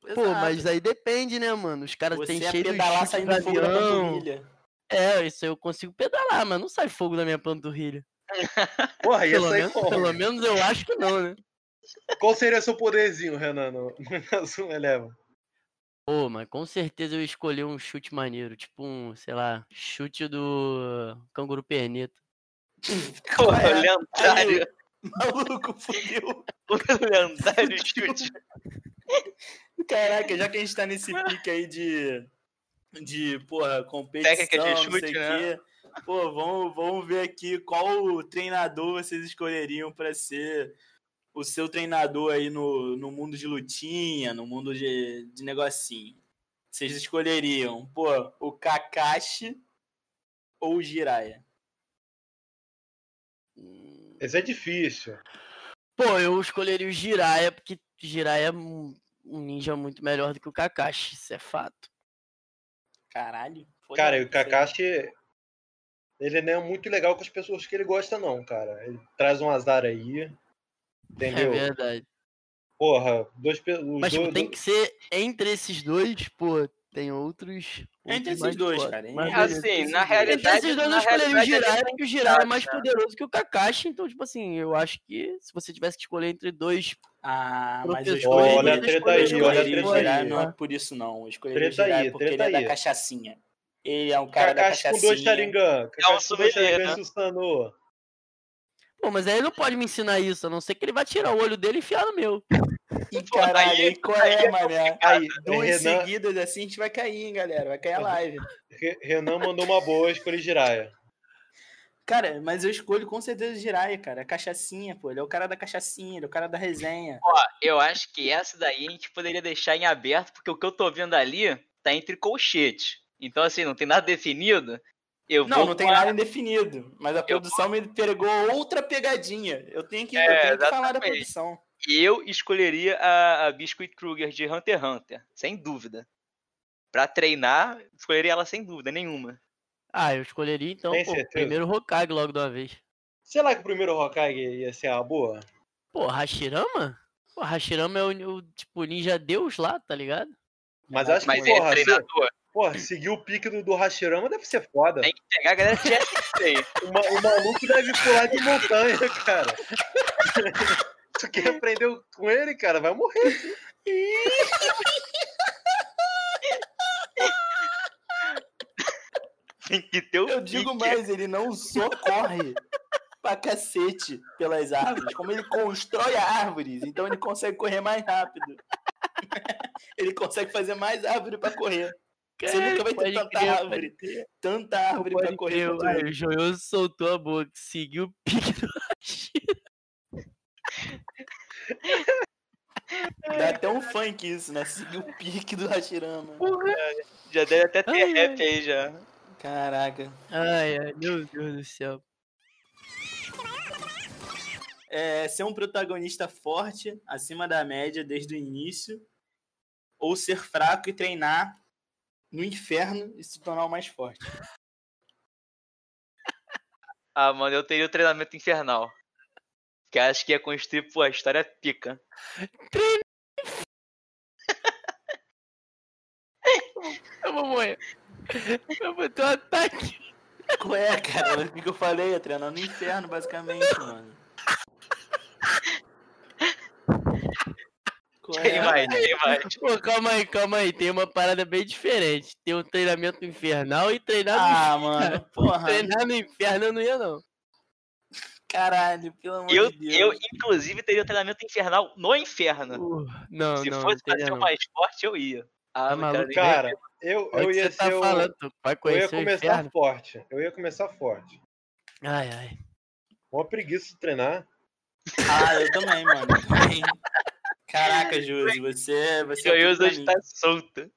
Speaker 7: Pô,
Speaker 4: Exato.
Speaker 7: mas aí depende, né, mano? Os caras
Speaker 4: Você
Speaker 7: têm
Speaker 4: é
Speaker 7: cheio de
Speaker 4: pedalar
Speaker 7: chute
Speaker 4: saindo
Speaker 7: do
Speaker 4: fogo da
Speaker 7: avião.
Speaker 4: panturrilha.
Speaker 7: É, isso aí eu consigo pedalar, mas não sai fogo da minha panturrilha.
Speaker 6: Porra, ia
Speaker 7: É, Pelo,
Speaker 6: sair
Speaker 7: menos,
Speaker 6: como?
Speaker 7: pelo menos eu acho que não, né?
Speaker 6: Qual seria seu poderzinho, Renan, no Nazuma Eleven?
Speaker 7: Pô, mas com certeza eu escolhi um chute maneiro, tipo um, sei lá, chute do canguru perneta.
Speaker 5: Pô,
Speaker 4: é?
Speaker 5: lendário.
Speaker 4: Maluco, fudeu.
Speaker 5: lendário chute.
Speaker 4: Caraca, já que a gente tá nesse pique aí de. De, porra, competição,
Speaker 5: Técnica de
Speaker 4: não sei
Speaker 5: chute, né?
Speaker 4: o quê. Pô, vamos, vamos ver aqui qual treinador vocês escolheriam pra ser o seu treinador aí no, no mundo de lutinha, no mundo de, de negocinho. Vocês escolheriam, pô, o Kakashi ou o Jiraiya?
Speaker 6: Esse é difícil.
Speaker 7: Pô, eu escolheria o Jiraiya, porque Jiraiya é um um ninja muito melhor do que o Kakashi, isso é fato.
Speaker 4: Caralho. foda-se.
Speaker 6: Cara, e o Kakashi, ele não é muito legal com as pessoas que ele gosta, não, cara. Ele traz um azar aí.
Speaker 7: É
Speaker 6: Entendeu?
Speaker 7: verdade.
Speaker 6: Porra, dois pe- os
Speaker 7: Mas tipo,
Speaker 6: dois,
Speaker 7: tem que ser entre esses dois, pô, tem outros.
Speaker 4: Entre
Speaker 7: outros
Speaker 4: esses
Speaker 7: mais
Speaker 4: dois,
Speaker 7: foda,
Speaker 4: cara,
Speaker 7: mas
Speaker 4: entre
Speaker 7: beleza.
Speaker 5: Assim, na
Speaker 7: Entre
Speaker 5: realidade.
Speaker 7: esses dois eu
Speaker 5: na
Speaker 7: escolheria o
Speaker 5: realidade, ele
Speaker 7: Jiraiya,
Speaker 5: tem
Speaker 7: porque o Jiraiya é mais
Speaker 5: né?
Speaker 7: poderoso que o Kakashi, então, tipo assim, eu acho que se você tivesse que escolher entre dois,
Speaker 4: Ah, mas eu
Speaker 7: Professor,
Speaker 4: escolheria.
Speaker 6: olha a
Speaker 4: eu
Speaker 6: treta aí,
Speaker 4: escolheria
Speaker 6: olha a
Speaker 4: o
Speaker 6: treta
Speaker 4: Jiraiya,
Speaker 6: aí.
Speaker 4: não é por isso não. Eu escolheria
Speaker 6: Treta
Speaker 4: o Jiraiya
Speaker 6: aí,
Speaker 4: porque
Speaker 6: treta
Speaker 4: ele é
Speaker 6: aí.
Speaker 4: da cachaçinha. Ele é um cara
Speaker 6: Kakashi
Speaker 4: da
Speaker 6: com
Speaker 4: cachaçinha.
Speaker 6: dois
Speaker 4: É
Speaker 6: Sharingan. Kakashi com dois
Speaker 5: souvenir,
Speaker 6: Sharingan
Speaker 5: né?
Speaker 6: Susanoo.
Speaker 7: Pô, mas aí ele não pode me ensinar isso, a não ser que ele vá tirar o olho dele e enfiar no meu.
Speaker 4: Ih, caralho,
Speaker 5: Aí-
Speaker 4: e qual é,
Speaker 5: aí-
Speaker 4: mané?
Speaker 6: Aí,
Speaker 4: Duas
Speaker 6: Renan,
Speaker 4: seguidas assim, a gente vai cair, hein, galera. Vai cair a live.
Speaker 6: Re- Renan mandou uma boa, escolhi Jiraiya.
Speaker 4: Cara, mas eu escolho com certeza o Jiraiya, cara. A cachaçinha, pô. Ele é o cara da cachaçinha, ele é o cara da resenha.
Speaker 5: Eu acho que essa daí a gente poderia deixar em aberto, porque o que eu tô vendo ali tá entre colchete. Então, assim, não tem nada definido. Eu
Speaker 4: Não,
Speaker 5: vou
Speaker 4: não
Speaker 5: com
Speaker 4: tem
Speaker 5: a-
Speaker 4: nada indefinido. Mas a produção me pegou outra pegadinha. Eu tenho que, eu
Speaker 5: É,
Speaker 4: tenho que falar da
Speaker 5: exatamente.
Speaker 4: produção.
Speaker 5: Eu escolheria a, a Biscuit Kruger de Hunter x Hunter, sem dúvida. Pra treinar, escolheria ela sem dúvida nenhuma.
Speaker 7: Ah, eu escolheria então,
Speaker 6: Tem
Speaker 7: pô,
Speaker 6: certeza?
Speaker 7: primeiro Hokage logo de uma vez.
Speaker 6: Será que o primeiro Hokage ia ser a boa?
Speaker 7: Pô, Hashirama? Pô, Hashirama é o, o, tipo ninja deus lá, tá ligado?
Speaker 6: Mas acho
Speaker 5: Mas
Speaker 6: que,
Speaker 5: ele é
Speaker 6: porra, se,
Speaker 5: treinador.
Speaker 6: porra, seguir o pique do, do Hashirama deve ser foda.
Speaker 5: Tem que pegar a galera de SC.
Speaker 6: O, ma- o maluco deve pular de montanha, cara. Tu quer aprender com ele, cara? Vai morrer.
Speaker 5: Tem que ter o
Speaker 4: Eu digo
Speaker 5: pique.
Speaker 4: mais, ele não só corre pra cacete pelas árvores, como ele constrói árvores, então ele consegue correr mais rápido. ele consegue fazer mais árvore pra correr. Você nunca vai ter
Speaker 7: Pode
Speaker 4: tanta
Speaker 7: crer,
Speaker 4: árvore, tanta árvore pra
Speaker 7: Pode
Speaker 4: correr.
Speaker 7: crer,
Speaker 4: quanto
Speaker 7: aí
Speaker 4: ele.
Speaker 7: o Joioso soltou a boca, seguiu o pique do Hashirama.
Speaker 4: Dá até um funk isso, né? Seguir o pique do Hashirama.
Speaker 5: Já deve até ter
Speaker 7: Ai,
Speaker 5: rap aí já.
Speaker 4: Caraca.
Speaker 7: Ai, ai, meu Deus do céu.
Speaker 4: É, ser um protagonista forte, acima da média desde o início, ou ser fraco e treinar no inferno e se tornar o mais forte.
Speaker 5: Ah, mano, eu teria o treinamento infernal. Que acho que ia construir, pô, a história pica.
Speaker 7: Eu vou morrer. Eu vou ter um ataque.
Speaker 4: Qual é, cara? O que que eu falei? É treinar no inferno, basicamente, mano. Qual é?
Speaker 5: Quem mais?
Speaker 4: mano?
Speaker 5: Quem mais?
Speaker 7: Pô, calma aí, calma aí. Tem uma parada bem diferente. Tem um treinamento infernal e treinar no
Speaker 4: Ah, mano, porra.
Speaker 7: Treinar no inferno eu não ia, não.
Speaker 4: Caralho, pelo amor
Speaker 5: Eu,
Speaker 4: de
Speaker 5: eu,
Speaker 4: Deus.
Speaker 5: inclusive, teria o treinamento infernal no inferno.
Speaker 7: Uh, não,
Speaker 5: Se
Speaker 7: não,
Speaker 5: fosse
Speaker 7: não
Speaker 5: pra
Speaker 7: teria,
Speaker 5: ser o
Speaker 7: não.
Speaker 5: mais forte, eu ia. Ah,
Speaker 7: Tá
Speaker 5: mas
Speaker 7: maluco?
Speaker 5: cara,
Speaker 6: Cara, eu,
Speaker 7: Olha
Speaker 6: eu
Speaker 7: o que
Speaker 6: ia
Speaker 7: você tá
Speaker 6: ser o-
Speaker 7: falando, tu
Speaker 6: Eu
Speaker 7: vai
Speaker 6: ia
Speaker 7: conhecer o
Speaker 6: começar
Speaker 7: inferno.
Speaker 6: forte. Eu ia começar forte.
Speaker 7: Ai, ai.
Speaker 6: Uma preguiça de treinar.
Speaker 4: Ah, eu também, mano. eu também. Caraca, Josi, você. você é
Speaker 5: Seu
Speaker 4: tudo pra
Speaker 5: hoje
Speaker 4: mim.
Speaker 5: tá solta.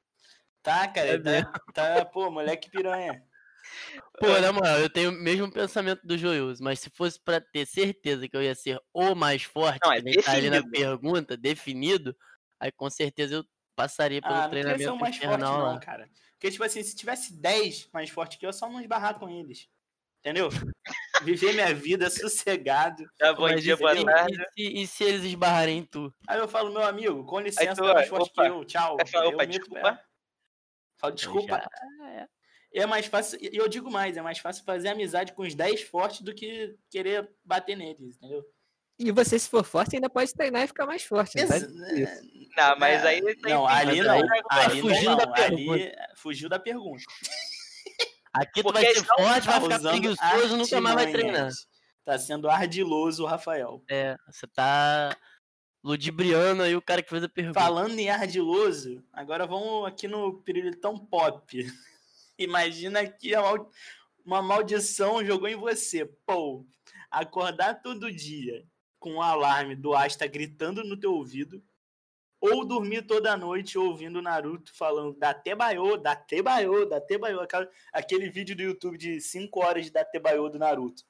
Speaker 4: Tá, cara, tá, tá, pô, moleque piranha.
Speaker 7: Pô,
Speaker 4: É.
Speaker 7: na moral, eu tenho o mesmo pensamento do Joioso, mas se fosse pra ter certeza que eu ia ser o mais forte,
Speaker 5: Não, é
Speaker 7: que nem tá ali na
Speaker 5: definido.
Speaker 7: pergunta, definido, aí com certeza eu passaria pelo
Speaker 4: Ah, não queria ser
Speaker 7: treinamento
Speaker 4: o mais forte,
Speaker 7: infernal
Speaker 4: não,
Speaker 7: lá.
Speaker 4: cara. Porque, tipo assim, se tivesse 10 mais forte que eu, eu só não esbarrar com eles. Entendeu? Viver minha vida sossegado.
Speaker 5: Tá, bom
Speaker 7: Mas é
Speaker 5: dia,
Speaker 7: e
Speaker 5: boa
Speaker 7: se-
Speaker 5: tarde.
Speaker 7: E se, e se eles esbarrarem em tu?
Speaker 4: Aí eu falo, meu amigo, com
Speaker 5: Aí
Speaker 4: licença,
Speaker 5: tu
Speaker 4: tá mais
Speaker 5: vai,
Speaker 4: forte
Speaker 5: opa.
Speaker 4: que eu, tchau.
Speaker 5: Aí fala,
Speaker 4: Eu
Speaker 5: opa,
Speaker 4: meto o pé.
Speaker 5: desculpa.
Speaker 4: Falo, desculpa.
Speaker 7: já-
Speaker 4: É mais fácil, e eu digo mais, é mais fácil fazer amizade com os 10 fortes do que querer bater neles, entendeu?
Speaker 2: E você, se for forte, ainda pode treinar e ficar mais forte. não faz isso.
Speaker 5: Não,
Speaker 4: É.
Speaker 5: mas aí tem-
Speaker 4: né? Não,
Speaker 5: tem-
Speaker 4: ali
Speaker 5: mas
Speaker 4: não.
Speaker 5: aí-
Speaker 4: Ali
Speaker 7: fugiu
Speaker 4: não,
Speaker 7: da
Speaker 4: ali fugiu da pergunta.
Speaker 7: Aqui tu
Speaker 5: Porque
Speaker 7: vai ser
Speaker 5: eles não
Speaker 7: forte, vai ficar
Speaker 4: Tá usando
Speaker 7: preguiçoso, nunca mais vai
Speaker 4: artimanhas.
Speaker 7: treinar.
Speaker 4: Tá sendo ardiloso o Rafael.
Speaker 7: É, você tá ludibriando aí o cara que fez a pergunta.
Speaker 4: Falando em ardiloso, agora vamos aqui no Pirilitão Pop. Imagina que a mal- uma maldição jogou em você. Pô, acordar todo dia com o alarme do Asta gritando no teu ouvido, ou dormir toda noite ouvindo Naruto falando da Tebayo, da Tebayo, da Tebayo, aquele vídeo do YouTube de 5 horas da Tebayo do Naruto.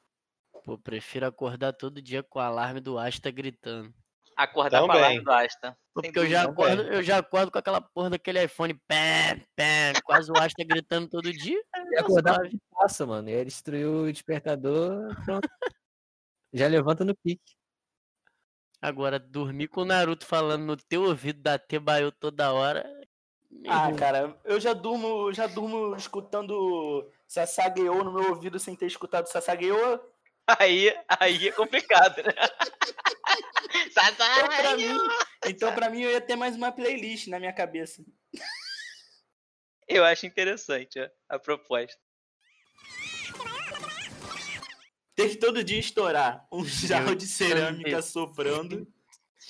Speaker 7: Pô, prefiro acordar todo dia com o alarme do Asta gritando.
Speaker 5: Acordar
Speaker 6: Também.
Speaker 5: pra lá do Asta.
Speaker 7: Pô,
Speaker 5: Sem
Speaker 7: Porque eu já,
Speaker 5: dúvida.
Speaker 7: acordo, eu já acordo com aquela porra daquele iPhone, pé, pé, quase o Asta gritando todo dia.
Speaker 2: E acordar de passa, mano. E aí destruiu o despertador, pronto. Já levanta no pique.
Speaker 7: Agora, dormir com o Naruto falando no teu ouvido da Tebayo toda hora. meu
Speaker 4: Ah,
Speaker 7: irmão,
Speaker 4: cara, eu já durmo, eu já durmo escutando Sasageyo no meu ouvido sem ter escutado Sasageyo.
Speaker 5: Aí, aí é complicado, né?
Speaker 4: Então pra,
Speaker 5: Sasai!
Speaker 4: mim, então, pra mim, eu ia ter mais uma playlist na minha cabeça.
Speaker 5: Eu acho interessante ó, a proposta.
Speaker 4: Ter que todo dia estourar um jarro de cerâmica
Speaker 7: Deus.
Speaker 4: soprando,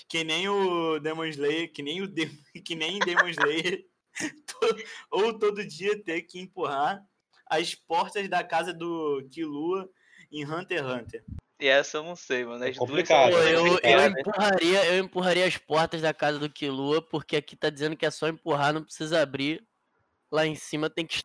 Speaker 4: que nem o Demon Slayer, que nem o Dem- que nem Demon Slayer. To- Ou todo dia ter que empurrar as portas da casa do Killua em Hunter x Hunter.
Speaker 5: E essa eu não sei, mano. As
Speaker 6: É
Speaker 5: duas
Speaker 6: complicado.
Speaker 5: são
Speaker 7: Pô, eu, eu
Speaker 5: complicadas.
Speaker 4: né?
Speaker 7: empurraria, eu empurraria as portas da casa do Killua, porque aqui tá dizendo que é só empurrar, não precisa abrir. Lá em cima tem que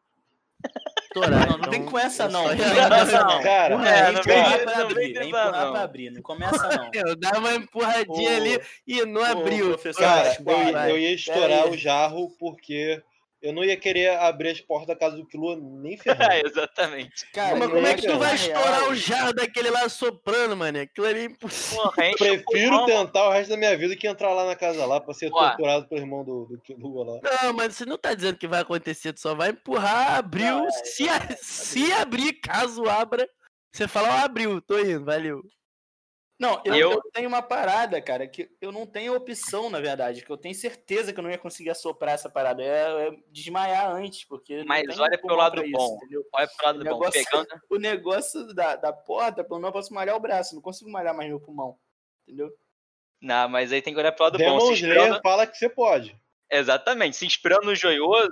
Speaker 7: estourar.
Speaker 4: Não, não vem
Speaker 7: então,
Speaker 4: com essa
Speaker 7: eu
Speaker 4: não.
Speaker 7: só
Speaker 4: Não vem
Speaker 7: ia-
Speaker 4: com essa não.
Speaker 6: Cara,
Speaker 5: É, não vem-
Speaker 6: cara,
Speaker 4: empurrar pra
Speaker 5: não vem
Speaker 4: abrir, é
Speaker 5: tentar,
Speaker 4: empurrar
Speaker 5: não.
Speaker 4: pra abrir, não começa não.
Speaker 7: Eu dava uma empurradinha
Speaker 4: Ô,
Speaker 7: ali e não
Speaker 4: ô,
Speaker 7: abriu.
Speaker 4: professor,
Speaker 6: cara,
Speaker 4: Vai,
Speaker 6: eu, ia-
Speaker 4: vai.
Speaker 6: eu ia estourar
Speaker 4: Pera aí.
Speaker 6: o jarro porque eu não ia querer abrir as portas da casa do Kilo nem
Speaker 5: É,
Speaker 6: ferrando.
Speaker 5: exatamente.
Speaker 4: Cara,
Speaker 7: Mas como é que tu
Speaker 6: Caraca,
Speaker 7: vai
Speaker 4: na
Speaker 7: estourar
Speaker 4: real,
Speaker 7: o jarro daquele lá soprando, mano? Aquilo ali é impossível.
Speaker 5: Porra, enche o
Speaker 6: Prefiro
Speaker 5: pulmão,
Speaker 6: tentar o resto da minha vida que entrar lá na casa lá pra ser
Speaker 5: Ó.
Speaker 6: torturado pelo irmão do, do Killua lá.
Speaker 7: Não, mas você não tá dizendo que vai acontecer, tu só vai empurrar, abriu.
Speaker 4: é,
Speaker 7: se, a- se abrir, caso abra, você fala, ó, abriu, tô indo, valeu.
Speaker 4: Não, eu,
Speaker 5: Eu-
Speaker 4: eu tenho uma parada, cara, que eu não tenho opção, na verdade, que eu tenho certeza que eu não ia conseguir assoprar essa parada. É, é desmaiar antes, porque. não
Speaker 5: Mas
Speaker 4: tem
Speaker 5: olha pro
Speaker 4: pulmão
Speaker 5: lado
Speaker 4: pra isso,
Speaker 5: bom.
Speaker 4: entendeu?
Speaker 5: Olha pro lado
Speaker 4: O
Speaker 5: do bom.
Speaker 4: negócio- é-
Speaker 5: Pegando.
Speaker 4: O negócio da, da porta, pelo menos eu posso malhar o braço, não consigo malhar mais meu pulmão. Entendeu?
Speaker 5: Não, mas aí tem que olhar pro lado bom.
Speaker 6: Demon
Speaker 5: Se inspirando-
Speaker 6: Slayer fala que você pode.
Speaker 5: Exatamente. Se inspirando no Joiosa,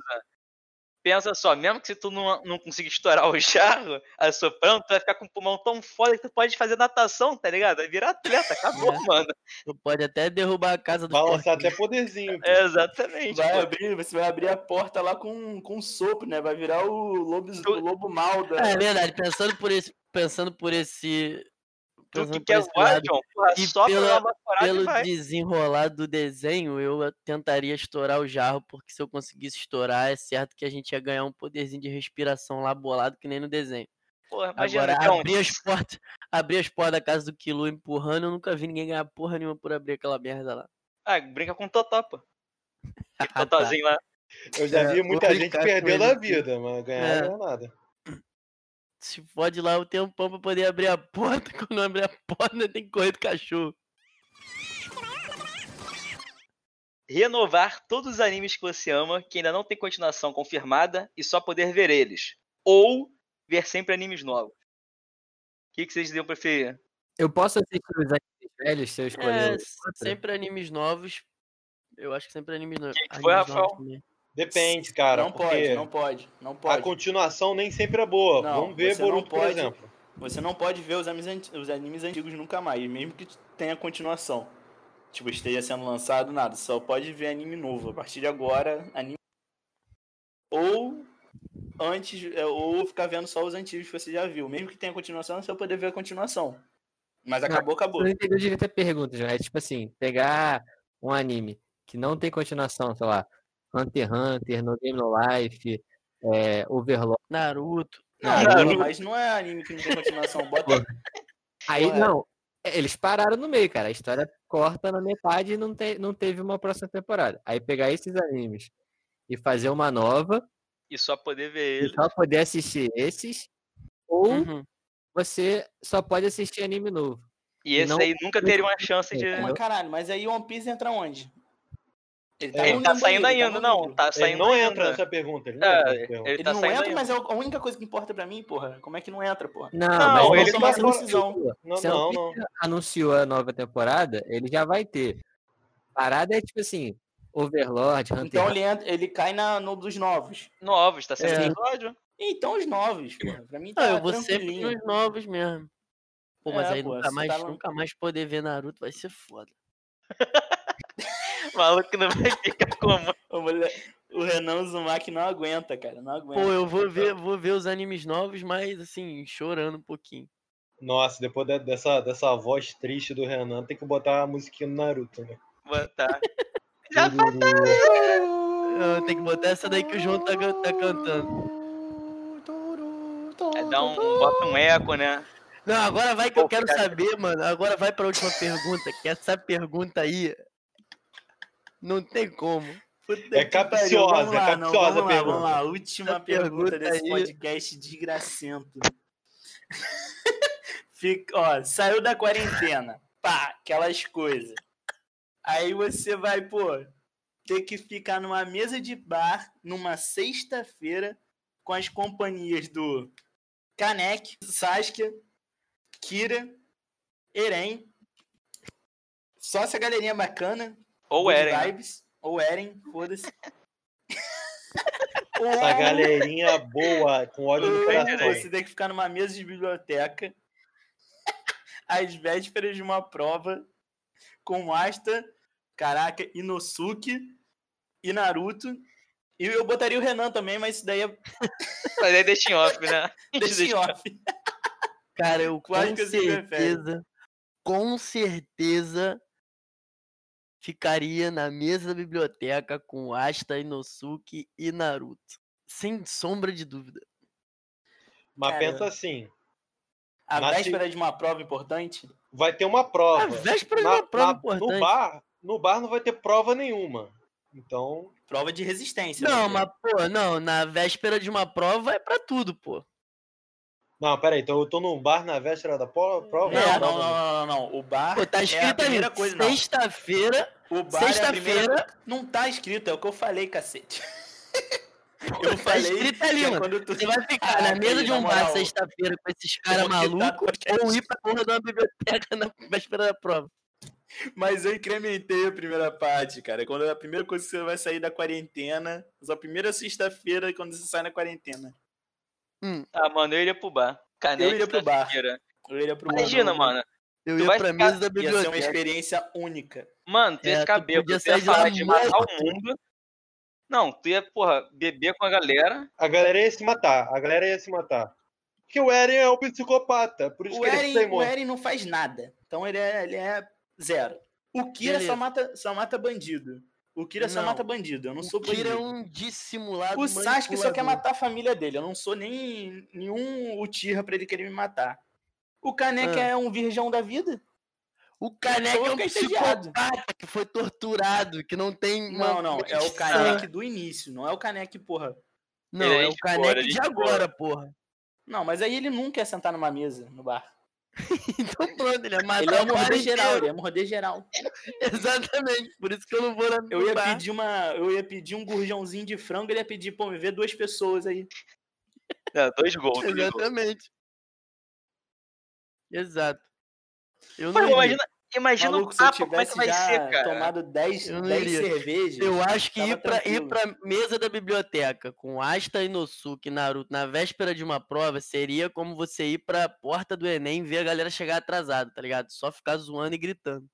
Speaker 5: pensa só, mesmo que se tu não, não consiga estourar o jarro, assoprando, tu vai ficar com o pulmão tão foda que tu pode fazer natação, tá ligado? Vai virar atleta, acabou,
Speaker 7: É.
Speaker 5: mano.
Speaker 7: Tu pode até derrubar a casa do
Speaker 6: Balançar até poderzinho.
Speaker 5: É.
Speaker 6: pô.
Speaker 5: Exatamente.
Speaker 4: Vai
Speaker 5: pô.
Speaker 4: abrir, você vai abrir a porta lá com, com um sopro, né? Vai virar o lobo,
Speaker 5: Tu-
Speaker 4: o lobo mal da.
Speaker 7: É verdade, pensando por esse. Pensando por esse.
Speaker 5: Tu que
Speaker 7: Pensando
Speaker 5: quer
Speaker 7: esse
Speaker 5: voar,
Speaker 7: lado,
Speaker 5: John, porra,
Speaker 7: E
Speaker 5: só
Speaker 7: pela-
Speaker 5: pela vaporada e
Speaker 7: pelo
Speaker 5: vai.
Speaker 7: desenrolar do desenho, eu tentaria estourar o jarro, porque se eu conseguisse estourar, é certo que a gente ia ganhar um poderzinho de respiração lá bolado, que nem no desenho.
Speaker 5: Porra, imagina, um
Speaker 7: Agora,
Speaker 5: John,
Speaker 7: abrir as portas, abrir as portas da casa do Kilo empurrando, eu nunca vi ninguém ganhar porra nenhuma por abrir aquela merda lá.
Speaker 5: ah, brinca com o Totó, pô. Aquele
Speaker 7: Tá.
Speaker 5: Totózinho lá.
Speaker 6: Eu já
Speaker 7: É,
Speaker 6: vi
Speaker 7: vou
Speaker 6: muita gente
Speaker 7: brincar com
Speaker 6: perdendo
Speaker 7: ele
Speaker 6: a
Speaker 7: aqui.
Speaker 6: vida, mas ganhar
Speaker 7: É.
Speaker 6: não é nada.
Speaker 7: Se fode lá o tempão pra poder abrir a porta, quando abrir a porta, ainda tem que correr do cachorro.
Speaker 5: Renovar todos os animes que você ama, que ainda não tem continuação confirmada, e só poder ver eles. Ou ver sempre animes novos. O que, que vocês iam preferir?
Speaker 2: Eu posso assistir os animes velhos se eu escolher.
Speaker 7: É,
Speaker 2: o-
Speaker 7: sempre animes novos. Eu acho que sempre animes no-
Speaker 5: Que que
Speaker 7: animes
Speaker 5: foi,
Speaker 7: novos.
Speaker 5: Rafael?
Speaker 7: também.
Speaker 6: Depende, cara.
Speaker 4: não
Speaker 6: porque
Speaker 4: pode, não pode, não
Speaker 6: A
Speaker 4: pode.
Speaker 6: continuação nem sempre é boa.
Speaker 4: Não,
Speaker 6: Vamos ver
Speaker 4: você não
Speaker 6: Boruto, por
Speaker 4: pode.
Speaker 6: exemplo.
Speaker 4: Você não pode ver os animes, anti- os animes antigos nunca mais, mesmo que tem a continuação. Tipo, esteja sendo lançado, nada. Só pode ver anime novo. A partir de agora, anime. Ou antes. é, Ou ficar vendo só os antigos que você já viu. Mesmo que tenha continuação, você vai poder ver a continuação. Mas acabou, acabou.
Speaker 2: Eu não entendi direito a pergunta, João. É tipo assim, pegar um anime que não tem continuação, sei lá, Hunter x Hunter, No Game No Life, é, Overlord.
Speaker 7: Naruto.
Speaker 4: Não, mas não é anime que não tem continuação. Bota.
Speaker 2: Aí,
Speaker 4: Ué.
Speaker 2: não, é, eles pararam no meio, cara. A história corta na metade e não, te, não teve uma próxima temporada. Aí pegar esses animes e fazer uma nova
Speaker 5: E só poder ver
Speaker 2: e
Speaker 5: ele.
Speaker 2: só poder assistir esses, ou
Speaker 7: Uhum.
Speaker 2: você só pode assistir anime novo.
Speaker 5: E esse
Speaker 2: não-
Speaker 5: aí nunca teria uma chance de.
Speaker 4: Mas caralho, mas aí One Piece entra onde?
Speaker 6: É,
Speaker 5: Ele
Speaker 4: no
Speaker 5: tá
Speaker 4: limbo
Speaker 5: saindo
Speaker 4: ele
Speaker 5: ainda,
Speaker 4: no
Speaker 5: não.
Speaker 4: limbo.
Speaker 5: Tá
Speaker 6: Ele
Speaker 5: saindo
Speaker 6: não
Speaker 5: ainda.
Speaker 6: entra nessa pergunta. Ele não
Speaker 5: É,
Speaker 6: entra nessa pergunta.
Speaker 5: Ele
Speaker 4: Ele
Speaker 5: tá
Speaker 4: não
Speaker 5: saindo
Speaker 4: entra,
Speaker 5: ainda.
Speaker 4: mas é a única coisa que importa pra mim, porra. Como é que não entra, porra?
Speaker 2: Não,
Speaker 5: Não,
Speaker 2: mas
Speaker 5: ele
Speaker 2: você
Speaker 4: tá
Speaker 2: não
Speaker 4: agora-
Speaker 2: anunciou.
Speaker 6: Não,
Speaker 2: Se a
Speaker 6: não,
Speaker 2: Netflix anunciou a nova temporada, ele já vai ter. Parada é tipo assim, Overlord, Hunter
Speaker 4: Então
Speaker 2: x
Speaker 4: ele, entra- ele cai na, no dos novos.
Speaker 5: Novos, tá saindo
Speaker 2: É.
Speaker 5: episódio.
Speaker 4: Então os novos, porra. Pra mim tá
Speaker 7: Não, eu vou sempre
Speaker 4: tranquilinho.
Speaker 7: nos novos mesmo. Pô, mas
Speaker 4: É,
Speaker 7: aí
Speaker 4: pô,
Speaker 7: nunca,
Speaker 4: você
Speaker 7: mais,
Speaker 4: tá lá-
Speaker 7: nunca mais poder ver Naruto vai ser foda.
Speaker 5: O maluco não vai ficar como.
Speaker 4: O, mole- o Renan Zumac não aguenta, cara. Não
Speaker 7: Pô,
Speaker 4: aguenta.
Speaker 7: eu vou
Speaker 4: então
Speaker 7: ver, vou ver os animes novos, mas assim, chorando um pouquinho.
Speaker 6: Nossa, depois de- dessa, dessa voz triste do Renan, tem que botar a musiquinha do Naruto, né?
Speaker 5: Tá. Já
Speaker 7: Eu tenho que botar essa daí que o João tá, can- tá cantando.
Speaker 5: É, dá um, bota um eco, né?
Speaker 4: Uhum.
Speaker 7: Não, agora vai que eu
Speaker 5: Pô,
Speaker 7: quero
Speaker 5: cara.
Speaker 7: saber, mano. Agora vai pra última pergunta, que essa pergunta aí não tem como.
Speaker 4: Puta
Speaker 6: é
Speaker 4: que pariu,
Speaker 6: capciosa,
Speaker 4: vamos
Speaker 6: é
Speaker 4: lá, não,
Speaker 6: capciosa a
Speaker 4: vamos lá, vamos
Speaker 6: pergunta.
Speaker 4: lá. Última
Speaker 7: Essa
Speaker 4: pergunta,
Speaker 7: pergunta
Speaker 4: desse
Speaker 7: aí-
Speaker 4: podcast desgracento. Fica, ó, saiu da quarentena. Pá, aquelas coisas. Aí você vai, pô, ter que ficar numa mesa de bar numa sexta-feira com as companhias do Kanek, Saskia, Kira, Eren. Só essa galerinha bacana.
Speaker 5: Ou
Speaker 4: Good
Speaker 5: Eren. né?
Speaker 4: Vibes, ou Eren, foda-se.
Speaker 6: Essa galerinha boa, com ódio Tá no
Speaker 4: Ou
Speaker 6: coração.
Speaker 4: Você tem que ficar numa mesa de biblioteca às vésperas de uma prova com Asta, caraca, Inosuke e Naruto. E eu botaria o Renan também, mas isso daí é
Speaker 5: Mas aí deixa em off, né?
Speaker 4: deixa em off.
Speaker 7: Cara, eu com
Speaker 4: Quais que você prefere?
Speaker 7: certeza, com certeza ficaria na mesa da biblioteca com Asta, Inosuke e Naruto. Sem sombra de dúvida.
Speaker 6: Mas
Speaker 4: Cara.
Speaker 6: pensa assim,
Speaker 4: A
Speaker 6: Mas se-
Speaker 4: véspera de uma prova importante.
Speaker 6: vai ter uma prova.
Speaker 7: A
Speaker 5: É
Speaker 7: véspera
Speaker 4: é
Speaker 7: de uma prova importante.
Speaker 6: No bar, no bar não vai ter prova nenhuma. Então,
Speaker 4: Prova de resistência.
Speaker 7: Não,
Speaker 4: né?
Speaker 7: mas pô, não, na véspera de uma prova é pra tudo, pô.
Speaker 6: não, peraí, então eu tô num bar na véspera da po- prova?
Speaker 5: É,
Speaker 4: É, Não, não,
Speaker 6: prova
Speaker 4: não, não, não, não. O bar.
Speaker 7: Pô, tá
Speaker 4: é a
Speaker 7: escrito
Speaker 4: primeira
Speaker 7: ali,
Speaker 4: coisa, não.
Speaker 7: sexta-feira,
Speaker 4: O bar é a primeira
Speaker 7: sexta-feira,
Speaker 4: Não tá escrito, é o que eu falei, cacete.
Speaker 7: tá
Speaker 4: Eu falei.
Speaker 7: escrito ali,
Speaker 4: que é
Speaker 7: mano.
Speaker 4: quando tu...
Speaker 7: você vai ficar
Speaker 4: Caraca,
Speaker 7: na mesa
Speaker 4: aí,
Speaker 7: de
Speaker 4: na
Speaker 7: um bar
Speaker 4: moral, tá
Speaker 7: sexta-feira com esses
Speaker 4: eu
Speaker 7: caras
Speaker 4: vou quitar
Speaker 7: malucos
Speaker 4: qualquer-
Speaker 7: ou ir pra porra de uma biblioteca na véspera da prova.
Speaker 4: Mas eu incrementei a primeira parte, cara. Quando é a primeira coisa que você vai sair da quarentena, só a primeira sexta-feira quando você sai na quarentena.
Speaker 5: Ah, mano, eu iria pro bar. Caneta,
Speaker 4: Eu iria pro bar.
Speaker 5: sexta-feira.
Speaker 4: Eu iria pro
Speaker 5: Imagina, mano.
Speaker 7: Eu
Speaker 5: Tu
Speaker 7: ia
Speaker 5: vai
Speaker 7: pra
Speaker 5: ficar-
Speaker 7: mesa da
Speaker 4: Ia ser um uma
Speaker 7: biblioteca.
Speaker 4: experiência única.
Speaker 5: Mano, tu
Speaker 7: É,
Speaker 5: ia
Speaker 7: tu
Speaker 5: ficar bêbado,
Speaker 7: podia
Speaker 5: tu ia
Speaker 7: sair de lá
Speaker 5: falar de matar o
Speaker 7: morto.
Speaker 5: mundo. Não, tu ia, porra, beber com a galera.
Speaker 6: A galera ia se matar, a galera ia se matar. Porque o Eren é um psicopata, por isso
Speaker 4: O
Speaker 6: que ele se
Speaker 4: Eren, o
Speaker 6: teimou.
Speaker 4: Eren não faz nada. Então ele é, ele é zero. O Kira
Speaker 7: Beleza.
Speaker 4: só mata, só mata bandido. O Kira só
Speaker 7: Não.
Speaker 4: mata bandido. Eu não sou bandido.
Speaker 7: Kira é um dissimulado
Speaker 4: O Sasuke só quer
Speaker 7: manipulador.
Speaker 4: matar a família dele. Eu não sou nem nenhum Uchiha pra ele querer me matar. O Kaneki
Speaker 7: Ah.
Speaker 4: é um virgão da vida?
Speaker 7: O Caneca
Speaker 4: Então
Speaker 7: é um
Speaker 4: fica entediado.
Speaker 7: psicopata que foi torturado, que não tem
Speaker 4: Não,
Speaker 7: uma
Speaker 4: não. É o
Speaker 7: noção.
Speaker 4: Kaneki do início. Não é o Kaneki, porra.
Speaker 7: Não,
Speaker 5: Ele é
Speaker 7: é o
Speaker 5: gente boa, ele
Speaker 7: Caneca
Speaker 5: é
Speaker 7: de
Speaker 5: gente boa.
Speaker 7: agora, porra.
Speaker 4: Não, mas aí ele nunca ia sentar numa mesa no bar.
Speaker 7: Então pronto, ele é matar
Speaker 4: Ele ia
Speaker 7: o bar
Speaker 4: morder geral,
Speaker 7: inteiro.
Speaker 4: ele ia morder geral.
Speaker 7: né? Exatamente, por isso que eu não vou na
Speaker 4: Eu
Speaker 7: no
Speaker 4: ia
Speaker 7: bar.
Speaker 4: pedir uma. Eu ia pedir um gurjãozinho de frango, ele ia pedir, pô, me vê duas pessoas aí.
Speaker 5: Não, É, dois gols.
Speaker 4: Tá
Speaker 5: dois gols.
Speaker 7: Exatamente. Exato. Eu
Speaker 5: Mas
Speaker 7: não iria.
Speaker 5: imagina, Porque imagina
Speaker 4: Maluco,
Speaker 5: o
Speaker 4: se eu
Speaker 5: papo, como é que
Speaker 4: tivesse
Speaker 5: vai
Speaker 4: já
Speaker 5: ser, cara?
Speaker 4: tomado 10,
Speaker 7: Eu não
Speaker 4: 10
Speaker 7: iria.
Speaker 4: cervejas.
Speaker 7: Eu acho que
Speaker 4: Tava
Speaker 7: ir pra, ir
Speaker 4: tranquilo.
Speaker 7: pra mesa da biblioteca com Asta, Inosuke e Naruto na véspera de uma prova seria como você ir pra porta do Enem e ver a galera chegar atrasada, tá ligado? Só ficar zoando e gritando.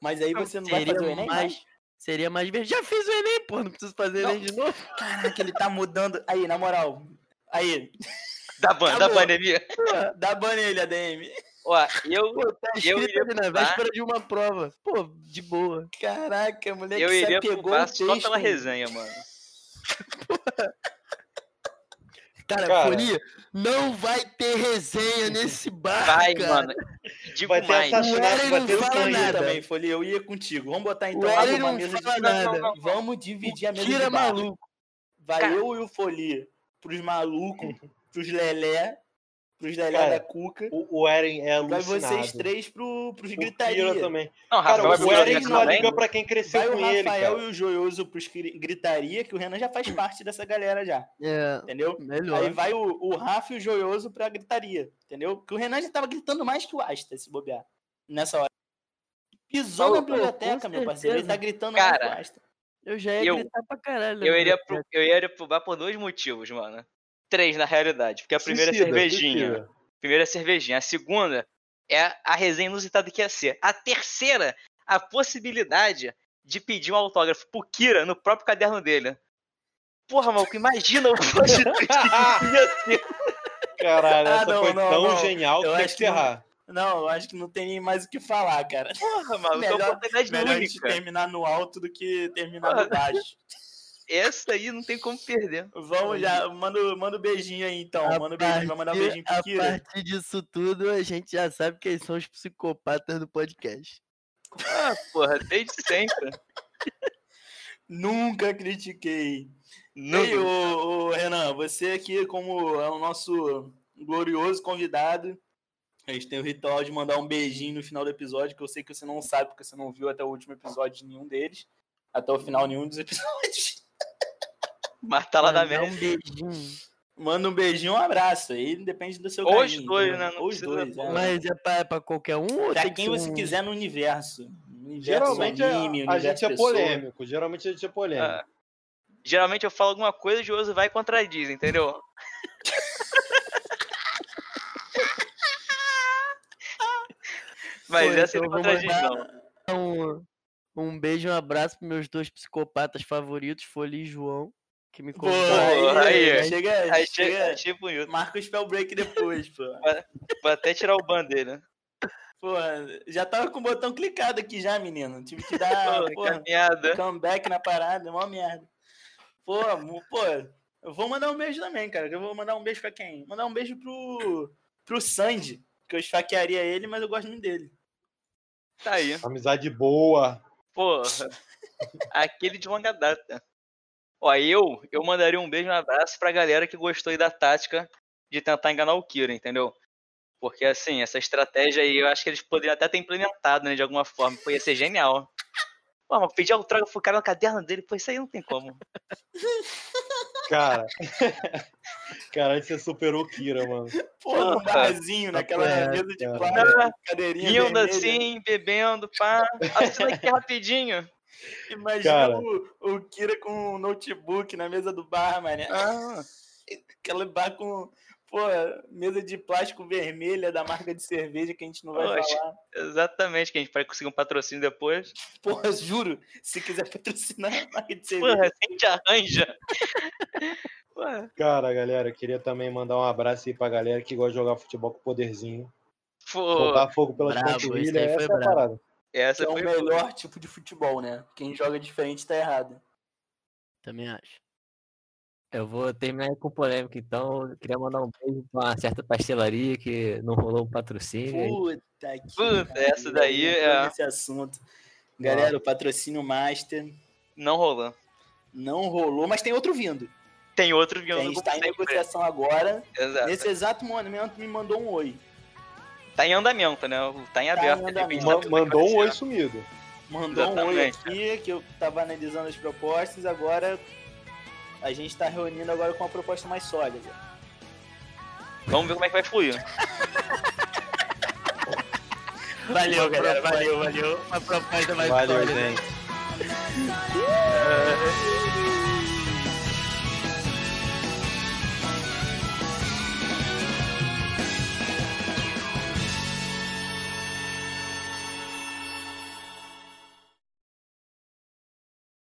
Speaker 4: Mas aí você não vai
Speaker 7: Seria
Speaker 4: fazer o Enem, né?
Speaker 7: mais.
Speaker 4: mais...
Speaker 7: Seria mais ver. Já fiz o Enem, pô, não preciso fazer
Speaker 4: Não.
Speaker 7: Enem de novo.
Speaker 4: Caraca, ele tá mudando. Aí, na moral. Aí,
Speaker 5: Da, ban da
Speaker 4: Acabou.
Speaker 5: pandemia.
Speaker 4: dá ban nele, ADM.
Speaker 5: Ó, eu,
Speaker 7: Pô, tá
Speaker 5: Eu
Speaker 7: escrito
Speaker 5: iria
Speaker 7: ali na
Speaker 5: pular.
Speaker 7: véspera de uma prova. Pô, de boa.
Speaker 4: Caraca, moleque,
Speaker 5: eu
Speaker 4: você
Speaker 5: iria
Speaker 4: pegou
Speaker 5: pular
Speaker 4: o
Speaker 5: só pela
Speaker 4: um texto.
Speaker 5: resenha, mano.
Speaker 7: Cara,
Speaker 6: Cara.
Speaker 7: Folia, não vai ter resenha nesse bar,
Speaker 5: Vai,
Speaker 7: cara.
Speaker 5: mano. Digo
Speaker 6: Vai ter
Speaker 5: mais.
Speaker 7: O
Speaker 6: assassinato,
Speaker 7: Eren
Speaker 6: vai
Speaker 7: não
Speaker 6: ter o
Speaker 7: fala
Speaker 4: Eu ia
Speaker 7: nada.
Speaker 6: sangue.
Speaker 4: também, Folha, eu ia contigo. Vamos botar então
Speaker 7: O
Speaker 4: lá
Speaker 7: Eren
Speaker 4: numa
Speaker 7: não
Speaker 4: mesa de
Speaker 7: fala
Speaker 4: bar.
Speaker 7: nada.
Speaker 5: Não, não, não.
Speaker 4: Vamos dividir a mesa
Speaker 7: Tira
Speaker 4: de bar.
Speaker 7: maluco.
Speaker 4: Vai
Speaker 5: Cara.
Speaker 4: eu e o Folia pros malucos, pros lelé, pros lelé
Speaker 6: Cara,
Speaker 4: da cuca.
Speaker 6: O, o Eren é
Speaker 4: Vai
Speaker 6: alucinado.
Speaker 4: vocês três pro, pros
Speaker 6: O Kira
Speaker 4: gritaria.
Speaker 6: também.
Speaker 5: Não,
Speaker 6: Cara,
Speaker 5: Ah, Rafael,
Speaker 6: o
Speaker 5: vai
Speaker 6: Eren
Speaker 5: pro
Speaker 6: só
Speaker 5: também?
Speaker 6: liga pra quem cresceu
Speaker 4: Vai o
Speaker 6: com ele,
Speaker 4: Rafael
Speaker 6: cara.
Speaker 4: e o Joioso pros gri- gritaria, que o Renan já faz parte dessa galera já,
Speaker 7: É,
Speaker 4: entendeu?
Speaker 7: melhor.
Speaker 4: Aí vai o, o Rafa e o Joioso pra gritaria, entendeu? Porque o Renan já tava gritando mais que o Asta, se bobear, nessa hora. Pisou
Speaker 7: Pô,
Speaker 4: na
Speaker 7: pô,
Speaker 4: biblioteca,
Speaker 7: com
Speaker 4: meu parceiro, ele
Speaker 7: certeza.
Speaker 4: tá gritando mais
Speaker 5: Cara,
Speaker 4: que o Asta.
Speaker 7: Eu já ia
Speaker 5: eu-
Speaker 7: gritar pra caralho.
Speaker 5: Eu
Speaker 7: né,
Speaker 5: iria,
Speaker 7: cara?
Speaker 5: pro, eu iria pro bar por dois motivos, mano. Três, na realidade. Porque a primeira é
Speaker 6: Suicida,
Speaker 5: cervejinha.
Speaker 6: suicida.
Speaker 5: Primeira é cervejinha. A segunda é a- a resenha inusitada que ia ser. A terceira, a possibilidade de pedir um autógrafo pro Kira no próprio caderno dele. Porra, maluco, imagina o plot twist que ia ser.
Speaker 6: Ah! Caralho,
Speaker 4: Ah,
Speaker 6: essa
Speaker 4: não,
Speaker 6: foi
Speaker 4: não,
Speaker 6: tão
Speaker 4: não.
Speaker 6: genial que
Speaker 4: Eu
Speaker 6: tem que
Speaker 4: acho que não-
Speaker 6: encerrar.
Speaker 4: Não, eu acho que não tem nem mais o que falar, cara.
Speaker 5: Porra, maluco, é uma
Speaker 4: Melhor-
Speaker 5: oportunidade
Speaker 4: Melhor a gente
Speaker 5: única.
Speaker 4: terminar no alto do que terminar no baixo.
Speaker 5: Essa aí não tem como perder.
Speaker 4: Vamos já, manda, manda um beijinho aí então.
Speaker 7: A
Speaker 4: Manda um beijinho, vai mandar um
Speaker 7: partir-
Speaker 4: beijinho pro
Speaker 7: a
Speaker 4: Kira.
Speaker 7: partir disso tudo, a gente já sabe quem são os psicopatas do podcast.
Speaker 5: Ah, porra, desde sempre.
Speaker 4: Nunca critiquei.
Speaker 5: Não,
Speaker 4: E o, Renan, você aqui, como é o nosso glorioso convidado, a gente tem o ritual de mandar um beijinho no final do episódio, que eu sei que você não sabe, porque você não viu até o último episódio de nenhum deles. Até o final, nenhum dos episódios.
Speaker 5: matar tá lá da
Speaker 7: Mandar
Speaker 5: merda.
Speaker 7: Um beijinho.
Speaker 4: Manda um beijinho, um abraço. Aí depende do seu
Speaker 5: Ou os
Speaker 4: carinho,
Speaker 5: dois,
Speaker 4: entendeu?
Speaker 5: né? Não
Speaker 4: Ou os
Speaker 5: precisa
Speaker 4: dois,
Speaker 5: da-
Speaker 4: é.
Speaker 7: Mas é pra, é pra qualquer um? ou tem
Speaker 5: Tá
Speaker 4: Pra
Speaker 7: que
Speaker 4: quem
Speaker 7: ser
Speaker 4: você
Speaker 7: um-
Speaker 4: quiser no universo. No universo
Speaker 6: Geralmente é a-
Speaker 4: anime,
Speaker 6: a,
Speaker 4: universo
Speaker 6: gente é
Speaker 4: pessoa.
Speaker 6: polêmico. Geralmente a gente é polêmico.
Speaker 5: Ah, geralmente eu falo alguma coisa e o Josi vai e contradiz, entendeu? Mas
Speaker 7: Pô,
Speaker 5: essa
Speaker 7: então
Speaker 5: ele
Speaker 7: vamos
Speaker 5: contradiz,
Speaker 7: lá.
Speaker 5: não.
Speaker 7: Um, um beijo, um abraço pros meus dois psicopatas favoritos, Folia e João, que me
Speaker 4: Pô,
Speaker 7: convidaram.
Speaker 4: aí,
Speaker 7: né?
Speaker 5: aí,
Speaker 4: chega,
Speaker 5: Achei,
Speaker 4: chega,
Speaker 5: achei bonito.
Speaker 4: marca o spell break depois, pô.
Speaker 5: Vou até tirar o ban dele.
Speaker 4: Pô, já tava com o botão clicado aqui já, menino. Tive que
Speaker 7: Ah,
Speaker 4: dar
Speaker 5: Pô, né?
Speaker 4: pô,
Speaker 5: caminhada.
Speaker 4: comeback na parada, mó merda. Pô, mu- pô, eu vou mandar um beijo também, cara. que Eu vou mandar um beijo pra quem? Mandar um beijo pro, pro Sandy, que eu esfaquearia ele, mas eu gosto muito dele.
Speaker 5: Tá aí.
Speaker 6: Amizade boa.
Speaker 5: Porra. Aquele de longa data. Ó, eu, eu mandaria um beijo e um abraço pra galera que gostou aí da tática de tentar enganar o Kira, entendeu? Porque, assim, essa estratégia aí, eu acho que eles poderiam até ter implementado, né, de alguma forma. Pô, ia ser genial. Pô, mas pedir autógrafo pro cara no caderno dele, pô, isso aí não tem como.
Speaker 6: Cara. Caralho, você superou o Kira, mano.
Speaker 4: Pô, num
Speaker 5: Porra.
Speaker 4: barzinho, naquela
Speaker 6: Papo reto,
Speaker 4: mesa de
Speaker 6: cara.
Speaker 4: plástico, cadeirinha
Speaker 5: Rindo
Speaker 4: vermelha.
Speaker 5: assim, bebendo, pá. Assina aqui rapidinho.
Speaker 4: Imagina
Speaker 6: Cara.
Speaker 4: o, o Kira com um notebook na mesa do bar, mané.
Speaker 5: Ah,
Speaker 4: Aquele bar com, pô, mesa de plástico vermelha da marca de cerveja que a gente não vai
Speaker 5: Poxa.
Speaker 4: falar.
Speaker 5: exatamente, que a gente vai conseguir um patrocínio depois.
Speaker 4: Porra, juro, se quiser patrocinar a marca de cerveja.
Speaker 5: Porra, assim a gente arranja. Porra,
Speaker 6: Cara, galera, eu queria também mandar um abraço aí pra galera que gosta de jogar futebol com poderzinho.
Speaker 5: pô,
Speaker 6: Botar fogo pelas
Speaker 7: brabo,
Speaker 6: panturrilhas,
Speaker 7: esse aí foi
Speaker 6: essa é a
Speaker 7: brabo.
Speaker 6: parada.
Speaker 4: que
Speaker 5: essa
Speaker 4: é o
Speaker 5: foi
Speaker 4: melhor tipo de futebol, né? Quem joga diferente tá errado.
Speaker 7: Também acho.
Speaker 2: Eu vou terminar com polêmica, então. Eu queria mandar um beijo pra uma certa pastelaria que não rolou o patrocínio.
Speaker 4: Puta que.
Speaker 5: Puta,
Speaker 4: pariu,
Speaker 5: essa daí
Speaker 4: entrou
Speaker 5: é-
Speaker 4: Nesse assunto. Galera, o patrocínio Master
Speaker 5: não rolando.
Speaker 4: não rolou, mas tem outro vindo.
Speaker 5: Tem outro
Speaker 4: A
Speaker 5: guião
Speaker 4: gente
Speaker 5: do
Speaker 4: tá em negociação agora.
Speaker 5: Exato.
Speaker 4: Nesse exato momento me mandou um oi.
Speaker 5: Tá em andamento, né? Tá em aberto. de repente
Speaker 4: andamento.
Speaker 5: tá
Speaker 6: Ma-
Speaker 5: tudo
Speaker 6: mandou um oi
Speaker 5: acontecendo.
Speaker 6: sumido.
Speaker 4: Mandou
Speaker 5: Exatamente.
Speaker 4: um oi aqui, que eu tava analisando as propostas, agora a gente tá reunindo agora com uma proposta mais sólida.
Speaker 5: Vamos ver como é que vai fluir.
Speaker 4: Valeu,
Speaker 7: né?
Speaker 4: galera. Valeu, valeu. Uma proposta mais
Speaker 9: Valeu,
Speaker 4: sólida.
Speaker 9: gente.
Speaker 4: É.